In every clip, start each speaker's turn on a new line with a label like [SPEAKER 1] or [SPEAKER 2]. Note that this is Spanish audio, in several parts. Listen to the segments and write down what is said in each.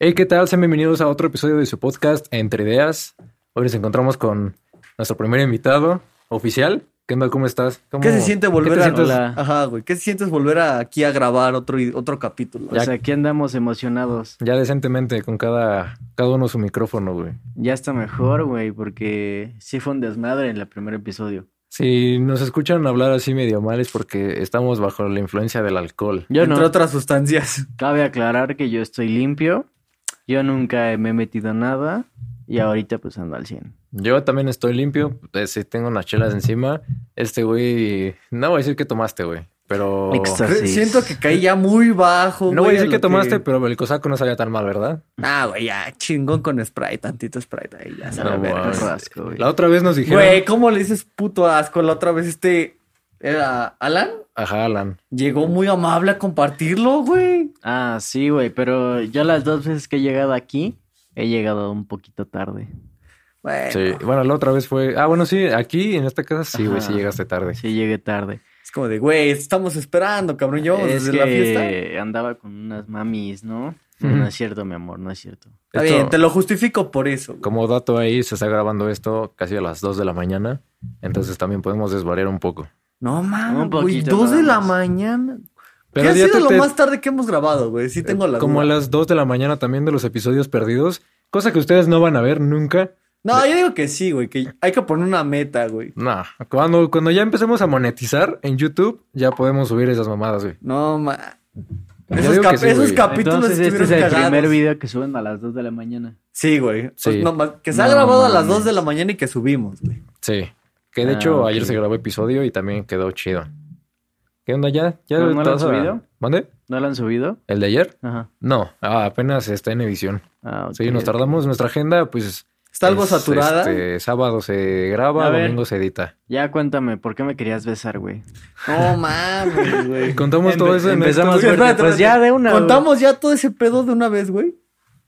[SPEAKER 1] Hey, ¿qué tal? Sean bienvenidos a otro episodio de su podcast Entre Ideas. Hoy nos encontramos con nuestro primer invitado oficial. ¿Qué onda? ¿Cómo estás? ¿Cómo-
[SPEAKER 2] ¿Qué se siente volver
[SPEAKER 1] qué te
[SPEAKER 2] a
[SPEAKER 1] sientes?
[SPEAKER 3] la-
[SPEAKER 2] Ajá, güey. ¿Qué se sientes volver a- aquí a grabar otro, otro capítulo?
[SPEAKER 1] Ya-
[SPEAKER 3] Pues aquí andamos emocionados.
[SPEAKER 1] Ya decentemente con cada, cada uno su micrófono, güey.
[SPEAKER 3] Ya está mejor, güey, porque sí fue un desmadre en el primer episodio.
[SPEAKER 1] Si nos escuchan hablar así medio mal es porque estamos bajo la influencia del alcohol.
[SPEAKER 3] Yo
[SPEAKER 2] entre
[SPEAKER 3] no.
[SPEAKER 2] otras sustancias.
[SPEAKER 3] Cabe aclarar que yo estoy limpio. Yo nunca me he metido nada. Y ahorita pues ando al 100.
[SPEAKER 1] Yo también estoy limpio, eh, sí tengo unas chelas encima. Este güey, no voy a decir que tomaste, güey, pero...
[SPEAKER 3] Extra. Así es.
[SPEAKER 2] Siento que caí ya muy bajo.
[SPEAKER 1] No voy a
[SPEAKER 2] güey,
[SPEAKER 1] decir
[SPEAKER 2] lo
[SPEAKER 1] que tomaste, pero el cosaco no sabía tan mal, ¿verdad?
[SPEAKER 2] Ah, güey, ya chingón con Sprite, tantito Sprite ahí, ya se
[SPEAKER 1] No,
[SPEAKER 2] la verga.
[SPEAKER 1] mames.
[SPEAKER 3] Qué asco, güey.
[SPEAKER 1] La otra vez nos dijeron...
[SPEAKER 2] Güey, ¿cómo le dices puto asco? La otra vez este era Alan
[SPEAKER 1] Ajá, Alan.
[SPEAKER 2] llegó muy amable a compartirlo, güey.
[SPEAKER 3] Ah, sí, güey, pero yo las dos veces que he llegado aquí, he llegado un poquito tarde.
[SPEAKER 2] Bueno,
[SPEAKER 1] Sí, bueno, la otra vez fue... Ah, bueno, sí, aquí en esta casa sí, güey,
[SPEAKER 3] Ajá.
[SPEAKER 1] sí llegaste tarde.
[SPEAKER 3] Sí, llegué tarde.
[SPEAKER 2] es como de, güey, estamos esperando, cabrón. Yo
[SPEAKER 3] es
[SPEAKER 2] desde
[SPEAKER 3] que
[SPEAKER 2] la fiesta.
[SPEAKER 3] andaba con unas mamis, ¿no?
[SPEAKER 1] Ujú.
[SPEAKER 3] No es cierto, mi amor, no es cierto.
[SPEAKER 2] Está
[SPEAKER 1] Esto-
[SPEAKER 2] bien, te lo justifico por eso. güey.
[SPEAKER 1] Como dato ahí, se está grabando esto casi a las 2 de la mañana, entonces también podemos desvariar un poco.
[SPEAKER 2] No mames,
[SPEAKER 3] Un
[SPEAKER 2] güey,
[SPEAKER 3] poquito
[SPEAKER 2] dos de
[SPEAKER 3] nada
[SPEAKER 2] la
[SPEAKER 3] más.
[SPEAKER 2] mañana.
[SPEAKER 1] Pero
[SPEAKER 2] ¿Qué ha
[SPEAKER 1] ya
[SPEAKER 2] sido
[SPEAKER 1] te-
[SPEAKER 2] lo
[SPEAKER 1] te- Eh,
[SPEAKER 2] más tarde que hemos grabado, güey? Sí tengo la
[SPEAKER 1] Como
[SPEAKER 2] duda.
[SPEAKER 1] a las 2 de la mañana también de los episodios perdidos, cosa que ustedes no van a ver nunca.
[SPEAKER 2] No, yo digo que sí, güey, que hay que poner una meta, güey.
[SPEAKER 1] Nah, cuando, cuando ya empecemos a monetizar en YouTube, ya podemos subir esas mamadas, güey.
[SPEAKER 2] No, ma...
[SPEAKER 1] Yo
[SPEAKER 2] Esos,
[SPEAKER 1] digo que
[SPEAKER 2] cap-
[SPEAKER 1] sí,
[SPEAKER 2] esos
[SPEAKER 1] güey.
[SPEAKER 2] capítulos
[SPEAKER 3] Entonces este es
[SPEAKER 2] estuvieron
[SPEAKER 3] el
[SPEAKER 2] cagados.
[SPEAKER 3] primer video que suben a las 2 de la mañana.
[SPEAKER 2] Sí, güey.
[SPEAKER 1] Sí.
[SPEAKER 2] Pues no, ma- que se ha
[SPEAKER 3] No
[SPEAKER 2] grabado a las
[SPEAKER 3] mames.
[SPEAKER 2] 2 de la mañana y que subimos, güey.
[SPEAKER 1] Sí. Que de
[SPEAKER 3] Ah,
[SPEAKER 1] hecho
[SPEAKER 3] ok.
[SPEAKER 1] ayer se grabó episodio y también quedó chido. ¿Qué onda ya? ¿Ya
[SPEAKER 3] ¿Pero no lo
[SPEAKER 1] estás
[SPEAKER 3] han
[SPEAKER 1] a-
[SPEAKER 3] subido?
[SPEAKER 1] ¿Mande?
[SPEAKER 3] ¿No lo han subido?
[SPEAKER 1] ¿El de ayer?
[SPEAKER 3] Ajá.
[SPEAKER 1] No, ah, apenas está en edición.
[SPEAKER 3] Ah, ok.
[SPEAKER 1] Sí, nos tardamos. Nuestra agenda, pues.
[SPEAKER 2] Está algo
[SPEAKER 1] es,
[SPEAKER 2] saturada.
[SPEAKER 1] este, sábado se graba,
[SPEAKER 3] A ver.
[SPEAKER 1] domingo se edita.
[SPEAKER 3] Ya cuéntame, ¿por qué me querías besar, güey?
[SPEAKER 2] No mames, güey.
[SPEAKER 1] Contamos todo eso en
[SPEAKER 3] empezamos
[SPEAKER 1] estos-
[SPEAKER 3] fuerte, pues ya de una, güey.
[SPEAKER 2] Contamos ya todo ese pedo de una vez, güey.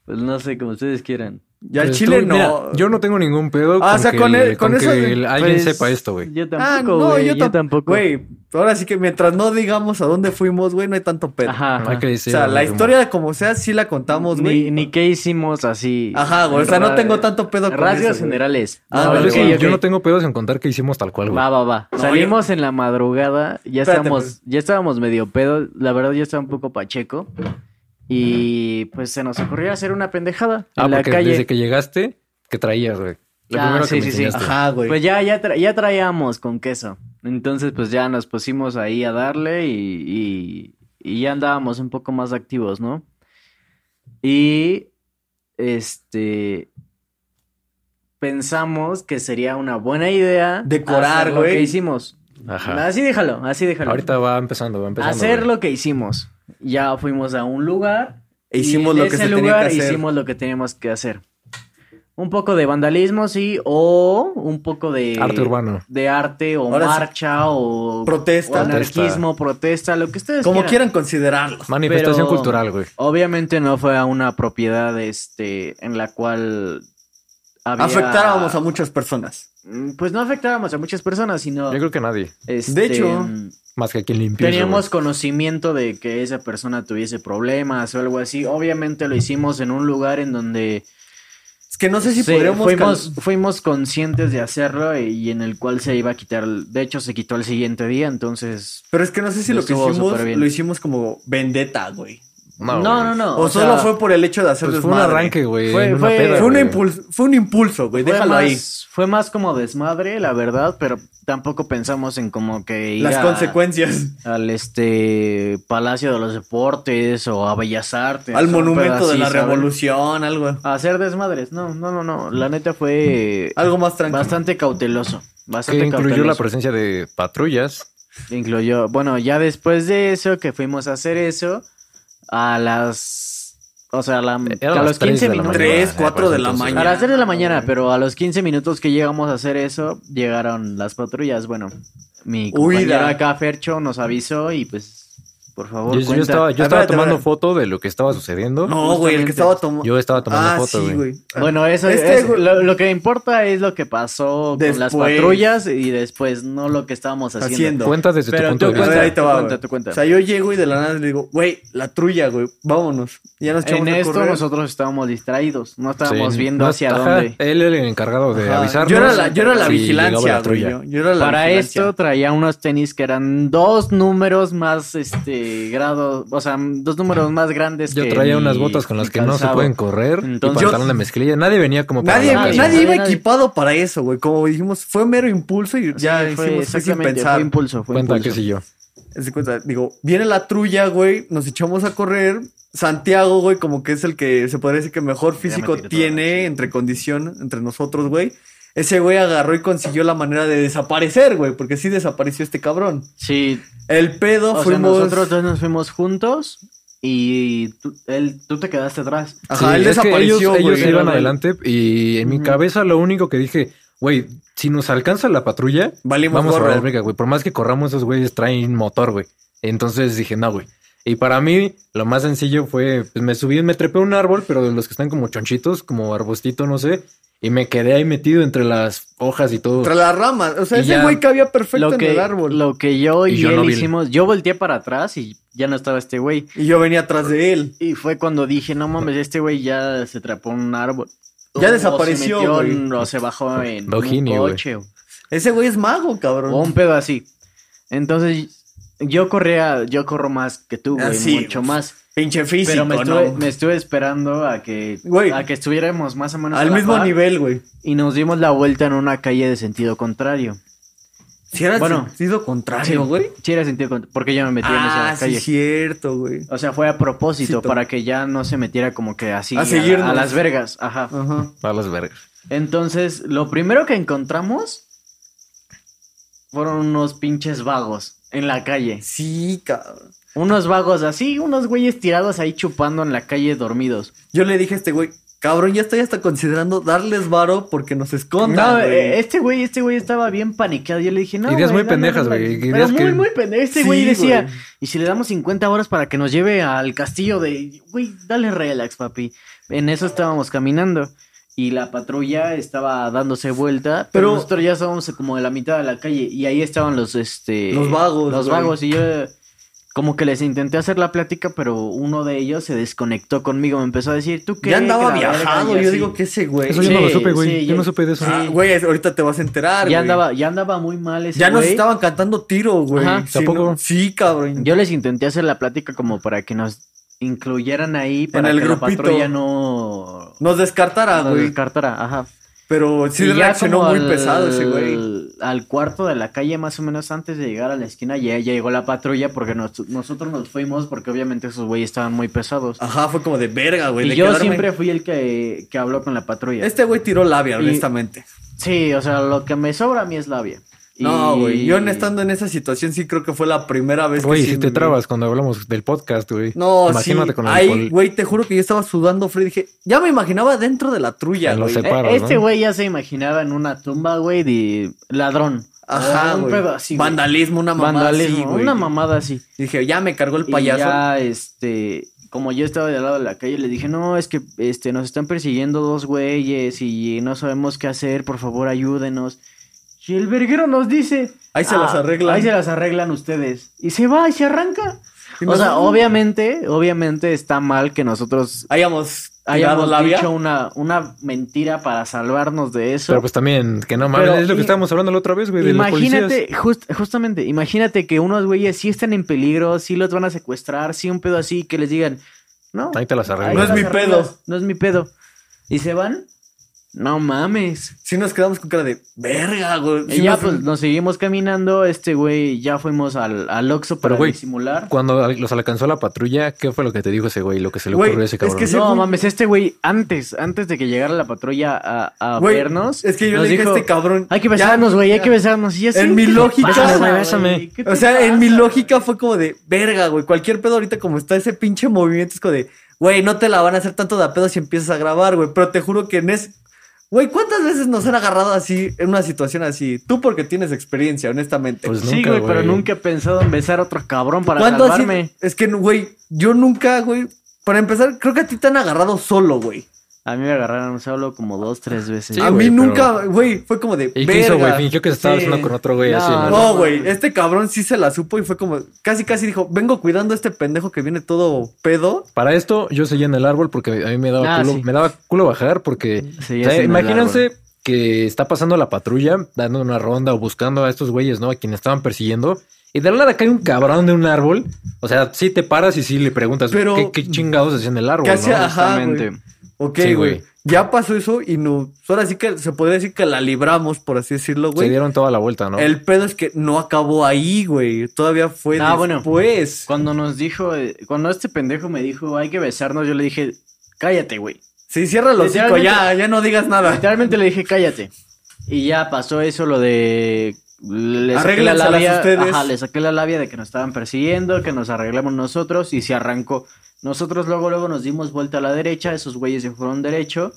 [SPEAKER 3] Pues no sé, como ustedes quieran.
[SPEAKER 2] Ya el
[SPEAKER 1] Pues
[SPEAKER 2] chile
[SPEAKER 1] tú,
[SPEAKER 2] no.
[SPEAKER 1] mira, yo no tengo ningún pedo
[SPEAKER 2] Ah, o sea,
[SPEAKER 1] que,
[SPEAKER 2] con el- con
[SPEAKER 1] que
[SPEAKER 2] eso-
[SPEAKER 1] el- alguien
[SPEAKER 3] Pues,
[SPEAKER 1] sepa esto, güey.
[SPEAKER 3] Yo tampoco,
[SPEAKER 2] Ah, no,
[SPEAKER 3] güey,
[SPEAKER 2] yo,
[SPEAKER 3] yo
[SPEAKER 2] tam-
[SPEAKER 3] tampoco.
[SPEAKER 2] Güey, ahora sí que mientras no digamos a dónde fuimos, güey, no hay tanto pedo.
[SPEAKER 3] Ajá.
[SPEAKER 1] No hay que
[SPEAKER 2] o
[SPEAKER 1] decir
[SPEAKER 2] sea,
[SPEAKER 1] lo
[SPEAKER 2] la
[SPEAKER 1] mismo.
[SPEAKER 2] historia como sea, sí la contamos, güey.
[SPEAKER 3] Ni, ni qué hicimos así.
[SPEAKER 2] Ajá, güey. O sea, no
[SPEAKER 3] Ra-
[SPEAKER 2] tengo tanto pedo con
[SPEAKER 3] Rasgos
[SPEAKER 2] eso, güey.
[SPEAKER 3] generales.
[SPEAKER 2] Ah,
[SPEAKER 1] Ah, yo-
[SPEAKER 2] vale, ok,
[SPEAKER 1] yo
[SPEAKER 2] ok.
[SPEAKER 1] no tengo pedos en contar que hicimos tal cual, güey.
[SPEAKER 3] Va, va, va.
[SPEAKER 2] No,
[SPEAKER 3] Salimos en la madrugada, ya
[SPEAKER 2] Espérate, pues.
[SPEAKER 3] estábamos, ya estábamos medio pedo, la verdad yo estaba un poco pacheco y pues se nos ocurrió hacer una pendejada
[SPEAKER 1] Ah,
[SPEAKER 3] en la
[SPEAKER 1] porque
[SPEAKER 3] calle.
[SPEAKER 1] desde que llegaste, ¿qué traías, güey? Lo
[SPEAKER 3] Ah,
[SPEAKER 1] primero
[SPEAKER 3] sí,
[SPEAKER 1] que me
[SPEAKER 3] sí, sí.
[SPEAKER 1] enseñaste.
[SPEAKER 2] Ajá, güey.
[SPEAKER 3] Pues ya, ya, tra- ya traíamos con queso. Entonces, pues ya nos pusimos ahí a darle y, y- y ya andábamos un poco más activos, ¿no? Y este pensamos que sería una buena idea
[SPEAKER 2] Decorar,
[SPEAKER 3] hacer lo
[SPEAKER 2] güey.
[SPEAKER 3] que hicimos.
[SPEAKER 1] Ajá.
[SPEAKER 3] Así déjalo, así déjalo.
[SPEAKER 1] Ahorita va empezando, va empezando.
[SPEAKER 3] hacer
[SPEAKER 1] güey.
[SPEAKER 3] lo que hicimos. Ya fuimos a un lugar.
[SPEAKER 2] E hicimos
[SPEAKER 3] y
[SPEAKER 2] lo
[SPEAKER 3] de
[SPEAKER 2] que
[SPEAKER 3] ese
[SPEAKER 2] se tenía
[SPEAKER 3] lugar
[SPEAKER 2] que hacer.
[SPEAKER 3] Hicimos lo que teníamos que hacer. Un poco de vandalismo, sí, o un poco de
[SPEAKER 1] Arte urbano.
[SPEAKER 3] de arte o
[SPEAKER 2] Ahora sí.
[SPEAKER 3] marcha o
[SPEAKER 2] Protesta.
[SPEAKER 3] o anarquismo, protesta, lo que ustedes
[SPEAKER 2] Como
[SPEAKER 3] quieran.
[SPEAKER 2] quieran considerarlo.
[SPEAKER 1] Manifestación
[SPEAKER 3] pero-
[SPEAKER 1] cultural, güey.
[SPEAKER 3] Obviamente no fue a una propiedad este en la cual había...
[SPEAKER 2] Afectábamos a muchas personas.
[SPEAKER 3] Mm, Pues no afectábamos a muchas personas, sino
[SPEAKER 1] Yo creo que nadie.
[SPEAKER 3] este,
[SPEAKER 2] De hecho,
[SPEAKER 3] mm,
[SPEAKER 1] Más que quien limpie.
[SPEAKER 3] Teníamos conocimiento de que esa persona tuviese problemas o algo así. Obviamente lo hicimos en un lugar en donde
[SPEAKER 2] Es que no sé si
[SPEAKER 3] se-
[SPEAKER 2] podríamos.
[SPEAKER 3] fuimos,
[SPEAKER 2] cal-
[SPEAKER 3] fuimos conscientes de hacerlo y, y en el cual se iba a quitar. De hecho, se quitó el siguiente día, entonces.
[SPEAKER 2] Pero es que no sé si lo que
[SPEAKER 3] Estuvo
[SPEAKER 2] hicimos
[SPEAKER 3] súper bien.
[SPEAKER 2] lo hicimos como vendetta, güey.
[SPEAKER 1] No,
[SPEAKER 3] no,
[SPEAKER 1] güey.
[SPEAKER 3] no, no.
[SPEAKER 2] O, solo
[SPEAKER 3] sea,
[SPEAKER 2] fue por el hecho de hacer
[SPEAKER 1] Pues fue un
[SPEAKER 2] desmadre.
[SPEAKER 1] arranque, güey.
[SPEAKER 3] Fue-
[SPEAKER 1] en una
[SPEAKER 3] fue-
[SPEAKER 1] peda,
[SPEAKER 2] Fue un,
[SPEAKER 1] güey.
[SPEAKER 2] impulso, fue un impulso, güey.
[SPEAKER 3] fue
[SPEAKER 2] Déjalo
[SPEAKER 3] más,
[SPEAKER 2] ahí.
[SPEAKER 3] Fue más como desmadre, la verdad, pero tampoco pensamos en como que ir
[SPEAKER 2] Las
[SPEAKER 3] a-
[SPEAKER 2] consecuencias.
[SPEAKER 3] al este Palacio de los Deportes o a Bellas Artes.
[SPEAKER 2] Al
[SPEAKER 3] o
[SPEAKER 2] monumento
[SPEAKER 3] pedas
[SPEAKER 2] de
[SPEAKER 3] así,
[SPEAKER 2] la
[SPEAKER 3] ¿sabes?
[SPEAKER 2] revolución, algo.
[SPEAKER 3] A hacer desmadres. No, no, no, no. La neta fue
[SPEAKER 2] Algo más Ah, tranquilo.
[SPEAKER 3] bastante cauteloso.
[SPEAKER 1] Que
[SPEAKER 3] Bastante
[SPEAKER 1] incluyó la
[SPEAKER 3] cauteloso.
[SPEAKER 1] presencia de patrullas.
[SPEAKER 3] Incluyó. Bueno, ya después de eso, que fuimos a hacer eso, a las. O sea, a, la-
[SPEAKER 1] Era
[SPEAKER 3] a
[SPEAKER 1] las
[SPEAKER 3] los
[SPEAKER 1] 3
[SPEAKER 3] 15
[SPEAKER 1] de la
[SPEAKER 3] minutos.
[SPEAKER 1] mañana,
[SPEAKER 2] Tres,
[SPEAKER 1] eh,
[SPEAKER 2] cuatro
[SPEAKER 1] pues,
[SPEAKER 2] de la
[SPEAKER 1] entonces.
[SPEAKER 2] mañana.
[SPEAKER 3] A las 3 de la mañana,
[SPEAKER 2] güey.
[SPEAKER 3] pero a los 15 minutos que llegamos a hacer eso, llegaron las patrullas. Bueno,
[SPEAKER 2] Huida.
[SPEAKER 3] mi compañero acá, Fercho, nos avisó y pues, Por favor,
[SPEAKER 2] Oh,
[SPEAKER 1] Yo, yo
[SPEAKER 3] cuenta.
[SPEAKER 1] estaba, yo estaba
[SPEAKER 2] Espérate,
[SPEAKER 1] tomando
[SPEAKER 2] espérate.
[SPEAKER 1] foto de lo que estaba sucediendo.
[SPEAKER 2] No, güey, el que
[SPEAKER 3] Justamente.
[SPEAKER 2] estaba tomando.
[SPEAKER 1] Yo estaba tomando
[SPEAKER 2] ah,
[SPEAKER 1] foto,
[SPEAKER 2] sí,
[SPEAKER 1] güey.
[SPEAKER 2] güey.
[SPEAKER 3] Bueno, eso
[SPEAKER 2] Este,
[SPEAKER 3] es.
[SPEAKER 2] güey-
[SPEAKER 3] Lo, lo que importa es lo que pasó con las
[SPEAKER 2] Después.
[SPEAKER 3] patrullas y después, no lo que estábamos haciendo.
[SPEAKER 2] Haciendo.
[SPEAKER 1] Cuenta desde
[SPEAKER 3] Pero
[SPEAKER 1] tu punto
[SPEAKER 3] tú
[SPEAKER 1] de
[SPEAKER 2] A
[SPEAKER 1] vista.
[SPEAKER 2] ver, pues, ahí te va,
[SPEAKER 3] Cuenta,
[SPEAKER 2] güey.
[SPEAKER 3] tú cuenta.
[SPEAKER 2] O sea, yo llego y de la nada le digo, güey, la trulla, güey, vámonos. Y Ya nos echamos
[SPEAKER 3] En
[SPEAKER 2] a
[SPEAKER 3] esto
[SPEAKER 2] correr.
[SPEAKER 3] nosotros estábamos distraídos, no estábamos
[SPEAKER 1] Sí,
[SPEAKER 3] viendo
[SPEAKER 1] no-
[SPEAKER 3] hacia
[SPEAKER 1] ajá,
[SPEAKER 3] dónde.
[SPEAKER 1] Él era el encargado de
[SPEAKER 2] Ajá.
[SPEAKER 1] avisarnos.
[SPEAKER 2] Yo era la, yo era la
[SPEAKER 1] si llegaba
[SPEAKER 2] vigilancia,
[SPEAKER 1] la
[SPEAKER 2] güey.
[SPEAKER 1] trulla.
[SPEAKER 2] Yo, yo era la
[SPEAKER 3] Para
[SPEAKER 2] vigilancia.
[SPEAKER 3] esto traía unos tenis que eran dos números más, este, grados, o sea, dos números más grandes.
[SPEAKER 1] Yo
[SPEAKER 3] que
[SPEAKER 1] traía
[SPEAKER 3] mi-
[SPEAKER 1] unas botas con las
[SPEAKER 3] mi
[SPEAKER 1] que no se
[SPEAKER 3] calzado.
[SPEAKER 1] pueden correr.
[SPEAKER 3] Entonces-
[SPEAKER 1] y pantalón de mezclilla. Nadie venía como para
[SPEAKER 2] Nadie,
[SPEAKER 1] la
[SPEAKER 3] Nadie,
[SPEAKER 2] nadie,
[SPEAKER 1] ocasión.
[SPEAKER 2] iba
[SPEAKER 3] nadie.
[SPEAKER 2] equipado para eso, güey. Como dijimos, fue mero impulso y
[SPEAKER 3] Sí,
[SPEAKER 2] ya
[SPEAKER 3] fue
[SPEAKER 2] hicimos fue sin
[SPEAKER 3] exactamente,
[SPEAKER 2] pensar.
[SPEAKER 3] Fue impulso,
[SPEAKER 2] Pues,
[SPEAKER 3] fue
[SPEAKER 1] Cuenta, qué
[SPEAKER 3] impulso.
[SPEAKER 1] sé yo.
[SPEAKER 2] Haz de cuenta, digo, viene la trulla, güey, nos echamos a correr. Santiago, güey, como que es el que se podría decir que mejor
[SPEAKER 3] Ya me
[SPEAKER 2] físico
[SPEAKER 3] tiré toda la
[SPEAKER 2] tiene
[SPEAKER 3] chingada.
[SPEAKER 2] entre condición, entre nosotros, güey. Ese güey agarró y consiguió la manera de desaparecer, güey, porque sí desapareció este cabrón.
[SPEAKER 3] Sí,
[SPEAKER 2] El pedo
[SPEAKER 3] o sea,
[SPEAKER 2] fuimos.
[SPEAKER 3] nosotros dos nos fuimos juntos y tú, él, tú te quedaste atrás.
[SPEAKER 2] Ajá,
[SPEAKER 1] Sí,
[SPEAKER 2] él
[SPEAKER 1] es que
[SPEAKER 2] desapareció,
[SPEAKER 1] ellos, ellos
[SPEAKER 2] güey.
[SPEAKER 1] iban
[SPEAKER 3] Pero,
[SPEAKER 1] adelante y en mi
[SPEAKER 3] Ujú.
[SPEAKER 1] cabeza lo único que dije, güey, si nos alcanza la patrulla,
[SPEAKER 2] Valimos
[SPEAKER 1] vamos
[SPEAKER 2] gorro.
[SPEAKER 1] a la verga, güey. Por más que corramos, esos güeyes traen motor, güey. Entonces dije, no, güey. Y para mí, lo más sencillo fue, pues me subí, me trepé a un árbol, pero de los que están como chonchitos, como arbustito, no sé. Y me quedé ahí metido entre las hojas y todo.
[SPEAKER 2] Entre las ramas. O sea,
[SPEAKER 1] Y
[SPEAKER 2] ese
[SPEAKER 1] ya.
[SPEAKER 2] güey cabía perfecto
[SPEAKER 3] Lo
[SPEAKER 2] en
[SPEAKER 3] que,
[SPEAKER 2] el árbol.
[SPEAKER 3] lo que yo y,
[SPEAKER 1] Y yo
[SPEAKER 3] él
[SPEAKER 1] no vi el-
[SPEAKER 3] hicimos, yo volteé para atrás y ya no estaba este güey.
[SPEAKER 2] Y yo venía atrás de él.
[SPEAKER 3] Y fue cuando dije, no mames, este güey ya se trepó en un árbol.
[SPEAKER 2] Ya
[SPEAKER 3] O
[SPEAKER 2] desapareció,
[SPEAKER 3] se metió
[SPEAKER 2] güey.
[SPEAKER 3] en- o se bajó en
[SPEAKER 1] Dojini,
[SPEAKER 3] un
[SPEAKER 1] güey.
[SPEAKER 3] coche. o-
[SPEAKER 2] Ese güey es mago, cabrón.
[SPEAKER 3] O un pedo así. Entonces, yo corría, yo corro más que tú, güey,
[SPEAKER 2] Así,
[SPEAKER 3] mucho
[SPEAKER 2] Ah, güey.
[SPEAKER 3] más.
[SPEAKER 2] Pinche físico,
[SPEAKER 3] pero me estuve,
[SPEAKER 2] ¿no?
[SPEAKER 3] me estuve esperando a que,
[SPEAKER 2] Güey.
[SPEAKER 3] a que estuviéramos más o menos a
[SPEAKER 2] Al
[SPEAKER 3] la
[SPEAKER 2] mismo
[SPEAKER 3] par,
[SPEAKER 2] nivel, güey.
[SPEAKER 3] Y nos dimos la vuelta en una calle de sentido contrario.
[SPEAKER 2] Si era
[SPEAKER 3] Bueno.
[SPEAKER 2] sentido contrario,
[SPEAKER 3] Sí.
[SPEAKER 2] güey.
[SPEAKER 3] Sí, era sentido contrario, porque yo me metí en
[SPEAKER 2] Ah,
[SPEAKER 3] esa
[SPEAKER 2] sí,
[SPEAKER 3] calle.
[SPEAKER 2] cierto, güey.
[SPEAKER 3] O sea, fue a propósito
[SPEAKER 2] Sí, to-
[SPEAKER 3] para que ya no se metiera como que así
[SPEAKER 2] A
[SPEAKER 3] a, la-
[SPEAKER 2] seguirnos.
[SPEAKER 3] a las vergas. Ajá.
[SPEAKER 2] Ajá.
[SPEAKER 1] A las vergas.
[SPEAKER 3] Entonces, lo primero que encontramos fueron unos pinches vagos en la calle.
[SPEAKER 2] Sí, cabrón.
[SPEAKER 3] Unos vagos así, unos güeyes tirados ahí chupando en la calle dormidos.
[SPEAKER 2] Yo le dije a este güey, cabrón, ya estoy hasta considerando darles varo porque nos escondan,
[SPEAKER 3] No, eh,
[SPEAKER 2] güey.
[SPEAKER 3] este güey, este güey estaba bien paniqueado. Yo le dije, no.
[SPEAKER 1] Ideas muy
[SPEAKER 3] güey, no, no,
[SPEAKER 1] pendejas,
[SPEAKER 3] no,
[SPEAKER 1] güey,
[SPEAKER 3] pero
[SPEAKER 1] ideas que-
[SPEAKER 3] muy, muy pendejas. Este
[SPEAKER 2] Sí,
[SPEAKER 3] güey decía,
[SPEAKER 2] güey.
[SPEAKER 3] y si le damos 50 horas para que nos lleve al castillo de. Güey, dale relax, papi. En eso estábamos caminando. Y la patrulla estaba dándose vuelta, pero,
[SPEAKER 2] Pero-
[SPEAKER 3] nosotros ya estábamos como en la mitad de la calle. Y ahí estaban los, este...
[SPEAKER 2] Los vagos,
[SPEAKER 3] Los
[SPEAKER 2] güey.
[SPEAKER 3] vagos. Y yo como que les intenté hacer la plática, pero uno de ellos se desconectó conmigo. Me empezó a decir, ¿tú qué?
[SPEAKER 2] ya andaba
[SPEAKER 3] Que la verga",
[SPEAKER 2] viajado.
[SPEAKER 3] y
[SPEAKER 2] Yo
[SPEAKER 3] así.
[SPEAKER 2] digo que ese güey.
[SPEAKER 1] Eso yo no lo
[SPEAKER 3] Sí,
[SPEAKER 1] supe, güey.
[SPEAKER 3] sí,
[SPEAKER 1] yo no
[SPEAKER 3] yo-
[SPEAKER 1] supe de eso.
[SPEAKER 2] Ah, güey, ahorita te vas a enterar, güey.
[SPEAKER 3] Ya andaba, ya andaba muy mal ese
[SPEAKER 2] Ya nos
[SPEAKER 3] güey.
[SPEAKER 2] estaban cantando tiro, güey.
[SPEAKER 3] Ajá.
[SPEAKER 2] Sí,
[SPEAKER 1] Tampoco.
[SPEAKER 2] no- Sí, cabrón.
[SPEAKER 3] Yo les intenté hacer la plática como para que nos incluyeran ahí para
[SPEAKER 2] el
[SPEAKER 3] que la
[SPEAKER 2] grupito.
[SPEAKER 3] patrulla no
[SPEAKER 2] Nos descartara,
[SPEAKER 3] nos
[SPEAKER 2] güey.
[SPEAKER 3] descartara, ajá.
[SPEAKER 2] Pero sí
[SPEAKER 3] Y ya
[SPEAKER 2] reaccionó
[SPEAKER 3] como
[SPEAKER 2] muy
[SPEAKER 3] al-
[SPEAKER 2] pesado ese güey.
[SPEAKER 3] Al cuarto de la calle, más o menos antes de llegar a la esquina, ya, ya llegó la patrulla porque nos- nosotros nos fuimos porque obviamente esos güeyes estaban muy pesados.
[SPEAKER 2] Ajá, fue como de verga, Ah, güey.
[SPEAKER 3] y
[SPEAKER 2] de
[SPEAKER 3] yo
[SPEAKER 2] quedarme-
[SPEAKER 3] siempre fui el que, que habló con la patrulla.
[SPEAKER 2] Este güey tiró labia,
[SPEAKER 3] Y-
[SPEAKER 2] honestamente.
[SPEAKER 3] Sí, o sea, lo que me sobra a mí es labia.
[SPEAKER 2] No,
[SPEAKER 3] Y-
[SPEAKER 2] güey. Yo estando en esa situación sí creo que fue la primera vez
[SPEAKER 1] Güey,
[SPEAKER 2] que... sí
[SPEAKER 1] si te
[SPEAKER 2] me-
[SPEAKER 1] trabas cuando hablamos del podcast, güey.
[SPEAKER 2] No,
[SPEAKER 1] Imagínate
[SPEAKER 2] sí.
[SPEAKER 1] con el
[SPEAKER 2] Ay,
[SPEAKER 1] alcohol.
[SPEAKER 2] güey, te juro que yo estaba sudando frío. Dije, ya me imaginaba dentro de la trulla,
[SPEAKER 1] En los
[SPEAKER 2] güey.
[SPEAKER 1] sep- Separas,
[SPEAKER 3] Eh, Este
[SPEAKER 1] ¿no?
[SPEAKER 3] güey ya se imaginaba en una tumba, güey, de ladrón.
[SPEAKER 2] Ajá,
[SPEAKER 3] O un
[SPEAKER 2] güey.
[SPEAKER 3] pedo así, güey.
[SPEAKER 2] Vandalismo, una mamada
[SPEAKER 3] Vandalismo,
[SPEAKER 2] así, güey.
[SPEAKER 3] una mamada así.
[SPEAKER 2] Dije, ya me cargó el
[SPEAKER 3] Y
[SPEAKER 2] payaso.
[SPEAKER 3] ya, este, como yo estaba del lado de la calle, le dije, no, es que, este, nos están persiguiendo dos güeyes y no sabemos qué hacer, por favor, ayúdenos. Y el verguero nos dice...
[SPEAKER 2] Ahí se las arreglan".
[SPEAKER 3] Ah, Ahí se las arreglan ustedes. Y se va y se arranca.
[SPEAKER 2] Y
[SPEAKER 3] O
[SPEAKER 2] nos-
[SPEAKER 3] sea, obviamente, obviamente está mal que nosotros
[SPEAKER 2] Hayamos tirado
[SPEAKER 3] hayamos
[SPEAKER 2] labia.
[SPEAKER 3] dicho una, una mentira para salvarnos de eso.
[SPEAKER 1] Pero pues también, que no mames,
[SPEAKER 3] Pero
[SPEAKER 1] es lo que
[SPEAKER 3] i-
[SPEAKER 1] estábamos hablando la otra vez, güey, de los policías.
[SPEAKER 3] Imagínate, just- justamente, imagínate que unos güeyes sí están en peligro, sí los van a secuestrar, sí un pedo así, que les digan, no,
[SPEAKER 1] Ahí te las
[SPEAKER 3] ahí
[SPEAKER 1] arreglo.
[SPEAKER 2] No es
[SPEAKER 3] las
[SPEAKER 2] mi
[SPEAKER 3] arreglas,
[SPEAKER 2] pedo.
[SPEAKER 3] No es mi pedo. ¿Y se van? No mames.
[SPEAKER 2] Sí nos quedamos con cara de verga, güey.
[SPEAKER 3] Y
[SPEAKER 2] Sí
[SPEAKER 3] ya
[SPEAKER 2] nos-
[SPEAKER 3] pues nos seguimos caminando, este güey, ya fuimos al, al Oxxo para
[SPEAKER 1] güey,
[SPEAKER 3] disimular.
[SPEAKER 1] Cuando los alcanzó la patrulla, ¿qué fue lo que te dijo ese güey? Lo que se le
[SPEAKER 2] Güey,
[SPEAKER 1] ocurrió a ese
[SPEAKER 2] es
[SPEAKER 1] cabrón.
[SPEAKER 2] que ese
[SPEAKER 3] No
[SPEAKER 2] güey-
[SPEAKER 3] mames, este güey, antes, antes de que llegara la patrulla a, a
[SPEAKER 2] Güey,
[SPEAKER 3] vernos,
[SPEAKER 2] es que yo
[SPEAKER 3] nos
[SPEAKER 2] le dije
[SPEAKER 3] dijo,
[SPEAKER 2] a este cabrón.
[SPEAKER 3] Hay que
[SPEAKER 2] ya-
[SPEAKER 3] besarnos, güey, hay que besarnos. Y yo,
[SPEAKER 2] En
[SPEAKER 3] "Sí,
[SPEAKER 2] mi
[SPEAKER 3] ¿qué te
[SPEAKER 2] lógica-
[SPEAKER 3] pasa,
[SPEAKER 1] Bésame,
[SPEAKER 3] güey?
[SPEAKER 1] bésame.
[SPEAKER 3] ¿Qué te
[SPEAKER 2] O sea, en mi
[SPEAKER 3] pasa,
[SPEAKER 2] lógica fue como de verga, güey. Cualquier pedo ahorita como está ese pinche movimiento es como de, güey, no te la van a hacer tanto de a pedo si empiezas a grabar, güey. Pero te juro que en ese... Güey, ¿cuántas veces nos han agarrado así, en una situación así? Tú porque tienes experiencia, honestamente.
[SPEAKER 1] Pues
[SPEAKER 3] sí,
[SPEAKER 1] nunca,
[SPEAKER 3] güey, pero
[SPEAKER 1] güey.
[SPEAKER 3] nunca he pensado en besar a otro cabrón para
[SPEAKER 2] ¿Cuánto así?
[SPEAKER 3] salvarme.
[SPEAKER 2] Es que, güey, yo nunca, güey. Para empezar, creo que a ti te han agarrado solo, güey.
[SPEAKER 3] A mí me agarraron solo como dos, tres veces.
[SPEAKER 1] Sí,
[SPEAKER 2] a
[SPEAKER 1] güey,
[SPEAKER 2] mí
[SPEAKER 1] pero-
[SPEAKER 2] nunca, güey, fue como de.
[SPEAKER 1] ¿Y qué hizo, güey?
[SPEAKER 2] "Verga".
[SPEAKER 1] Fingió que se estaba
[SPEAKER 2] Sí.
[SPEAKER 1] besando con otro güey
[SPEAKER 3] No,
[SPEAKER 1] así. ¿no?
[SPEAKER 2] No, güey, este cabrón sí se la supo y fue como. Casi, casi dijo: Vengo cuidando a este pendejo que viene todo pedo.
[SPEAKER 1] Para esto, yo seguía en el árbol porque a mí me daba,
[SPEAKER 3] Ah,
[SPEAKER 1] culo,
[SPEAKER 3] sí.
[SPEAKER 1] me daba culo bajar porque...
[SPEAKER 3] Sí,
[SPEAKER 1] o sea,
[SPEAKER 3] es en el árbol.
[SPEAKER 1] imagínense que está pasando la patrulla, dando una ronda o buscando a estos güeyes, ¿no? A quienes estaban persiguiendo. Y de la nada cae un cabrón de un árbol. O sea, sí te paras y sí le preguntas
[SPEAKER 2] Pero-
[SPEAKER 1] ¿qué, qué chingados hacían en el árbol,
[SPEAKER 2] ¿Qué hacía?
[SPEAKER 1] ¿no?
[SPEAKER 2] Ajá, güey.
[SPEAKER 3] Justamente.
[SPEAKER 2] Ok,
[SPEAKER 1] Sí,
[SPEAKER 2] güey.
[SPEAKER 1] güey.
[SPEAKER 2] ya pasó eso y no. Ahora sí que se podría decir que la libramos, por así decirlo,
[SPEAKER 1] Se
[SPEAKER 2] güey.
[SPEAKER 1] dieron toda la vuelta, ¿no?
[SPEAKER 2] El pedo es que no acabó ahí, güey. Todavía fue
[SPEAKER 3] Ah, bueno.
[SPEAKER 2] después.
[SPEAKER 3] Cuando nos dijo, eh, cuando este pendejo me dijo, hay que besarnos, yo le dije, cállate, güey.
[SPEAKER 2] Sí, cierra los cinco, ya,
[SPEAKER 3] Literalmente-
[SPEAKER 2] ya no digas nada.
[SPEAKER 3] Literalmente le dije, cállate. Y ya pasó eso, lo de. Le saqué la
[SPEAKER 2] Arréglenselas
[SPEAKER 3] labia.
[SPEAKER 2] ustedes.
[SPEAKER 3] Ajá, le saqué la labia de que nos estaban persiguiendo, que nos arreglamos nosotros y se arrancó. Nosotros luego, luego nos dimos vuelta a la derecha, esos güeyes se fueron derecho.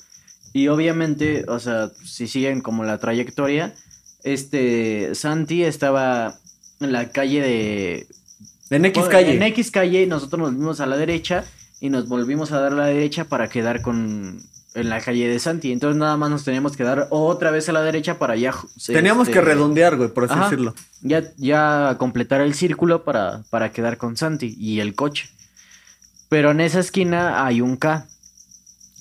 [SPEAKER 3] Y obviamente, o sea, si siguen como la trayectoria, este Santi estaba en la calle de
[SPEAKER 2] En X
[SPEAKER 3] bueno,
[SPEAKER 2] calle.
[SPEAKER 3] En X calle nosotros nos vimos a la derecha y nos volvimos a dar la derecha para quedar con en la calle de Santi. Entonces nada más nos teníamos que dar otra vez a la derecha para ya ju- se-
[SPEAKER 2] Teníamos
[SPEAKER 3] este,
[SPEAKER 2] que redondear, güey, por así
[SPEAKER 3] Ajá.
[SPEAKER 2] decirlo.
[SPEAKER 3] Ya, ya completar el círculo para, para quedar con Santi y el coche. Pero en esa esquina hay un K.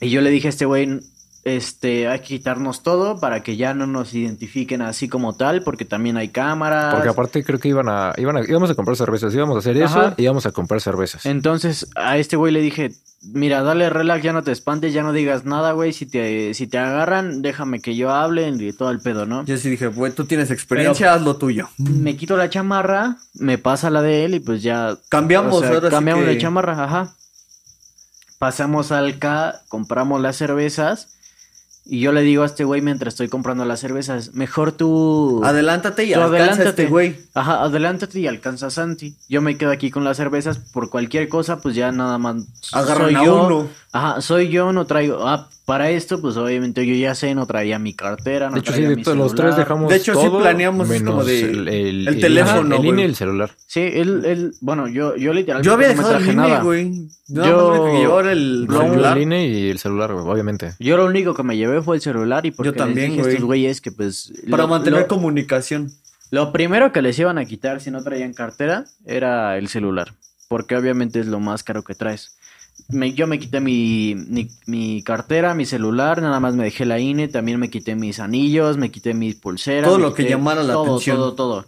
[SPEAKER 3] Y yo le dije a este güey, este, hay que quitarnos todo para que ya no nos identifiquen así como tal, porque también hay cámaras.
[SPEAKER 1] Porque aparte creo que iban a, iban a- íbamos a comprar cervezas, íbamos a hacer eso,
[SPEAKER 3] Ah. Ajá.
[SPEAKER 1] íbamos a comprar cervezas.
[SPEAKER 3] Entonces a este güey le dije, mira, dale relax, ya no te espantes, ya no digas nada, güey, si te, si te agarran, déjame que yo hable y todo el pedo, ¿no?
[SPEAKER 2] Yo sí dije, güey, tú tienes experiencia, haz lo tuyo.
[SPEAKER 3] Me quito la chamarra, me pasa la de él y pues ya...
[SPEAKER 2] Cambiamos
[SPEAKER 3] o sea,
[SPEAKER 2] ahora sí
[SPEAKER 3] cambiamos
[SPEAKER 2] que-
[SPEAKER 3] de chamarra, ajá. Pasamos al K, compramos las cervezas y yo le digo a este güey mientras estoy comprando las cervezas, mejor tú...
[SPEAKER 2] Adelántate y
[SPEAKER 3] Tú
[SPEAKER 2] alcanza a
[SPEAKER 3] adelántate.
[SPEAKER 2] este güey.
[SPEAKER 3] Ajá, adelántate y alcanza a Santi. Yo me quedo aquí con las cervezas. Por cualquier cosa, pues ya nada más. soy
[SPEAKER 2] Agarran a
[SPEAKER 3] yo.
[SPEAKER 2] uno.
[SPEAKER 3] Ajá, soy yo, no traigo. Ah, para esto, pues obviamente yo ya sé, no traía mi
[SPEAKER 2] Ah,
[SPEAKER 3] cartera, no
[SPEAKER 1] de hecho, sí,
[SPEAKER 3] traía
[SPEAKER 1] de
[SPEAKER 3] mi
[SPEAKER 1] todos los tres
[SPEAKER 3] celular.
[SPEAKER 1] dejamos
[SPEAKER 2] De hecho, sí
[SPEAKER 1] todo
[SPEAKER 2] planeamos, es como
[SPEAKER 1] menos
[SPEAKER 2] de-
[SPEAKER 1] el, el-
[SPEAKER 2] el
[SPEAKER 1] el-
[SPEAKER 2] teléfono,
[SPEAKER 1] ajá, el INE
[SPEAKER 2] güey.
[SPEAKER 1] y el celular.
[SPEAKER 3] Sí, él, él, bueno, yo, yo literalmente.
[SPEAKER 2] Yo había
[SPEAKER 3] no me
[SPEAKER 2] dejado el
[SPEAKER 3] traje
[SPEAKER 2] INE,
[SPEAKER 3] nada.
[SPEAKER 2] güey. Nada
[SPEAKER 3] Yo-
[SPEAKER 2] más me tuve que llevar el
[SPEAKER 1] No,
[SPEAKER 2] celular.
[SPEAKER 1] el INE y el celular, güey, obviamente.
[SPEAKER 3] Yo lo único que me llevé fue el celular y porque
[SPEAKER 2] Yo también,
[SPEAKER 3] les dije a
[SPEAKER 2] güey.
[SPEAKER 3] estos güeyes que pues.
[SPEAKER 2] Para
[SPEAKER 3] lo-
[SPEAKER 2] mantener
[SPEAKER 3] lo-
[SPEAKER 2] comunicación.
[SPEAKER 3] Lo primero que les iban a quitar si no traían cartera era el celular, porque obviamente es lo más caro que traes. Me- yo me quité mi, mi, mi cartera, mi celular, nada más me dejé la INE, también me quité mis anillos, me quité mis pulseras.
[SPEAKER 2] Todo
[SPEAKER 3] me
[SPEAKER 2] lo que
[SPEAKER 3] quité
[SPEAKER 2] llamara la
[SPEAKER 3] todo,
[SPEAKER 2] atención.
[SPEAKER 3] Todo, todo.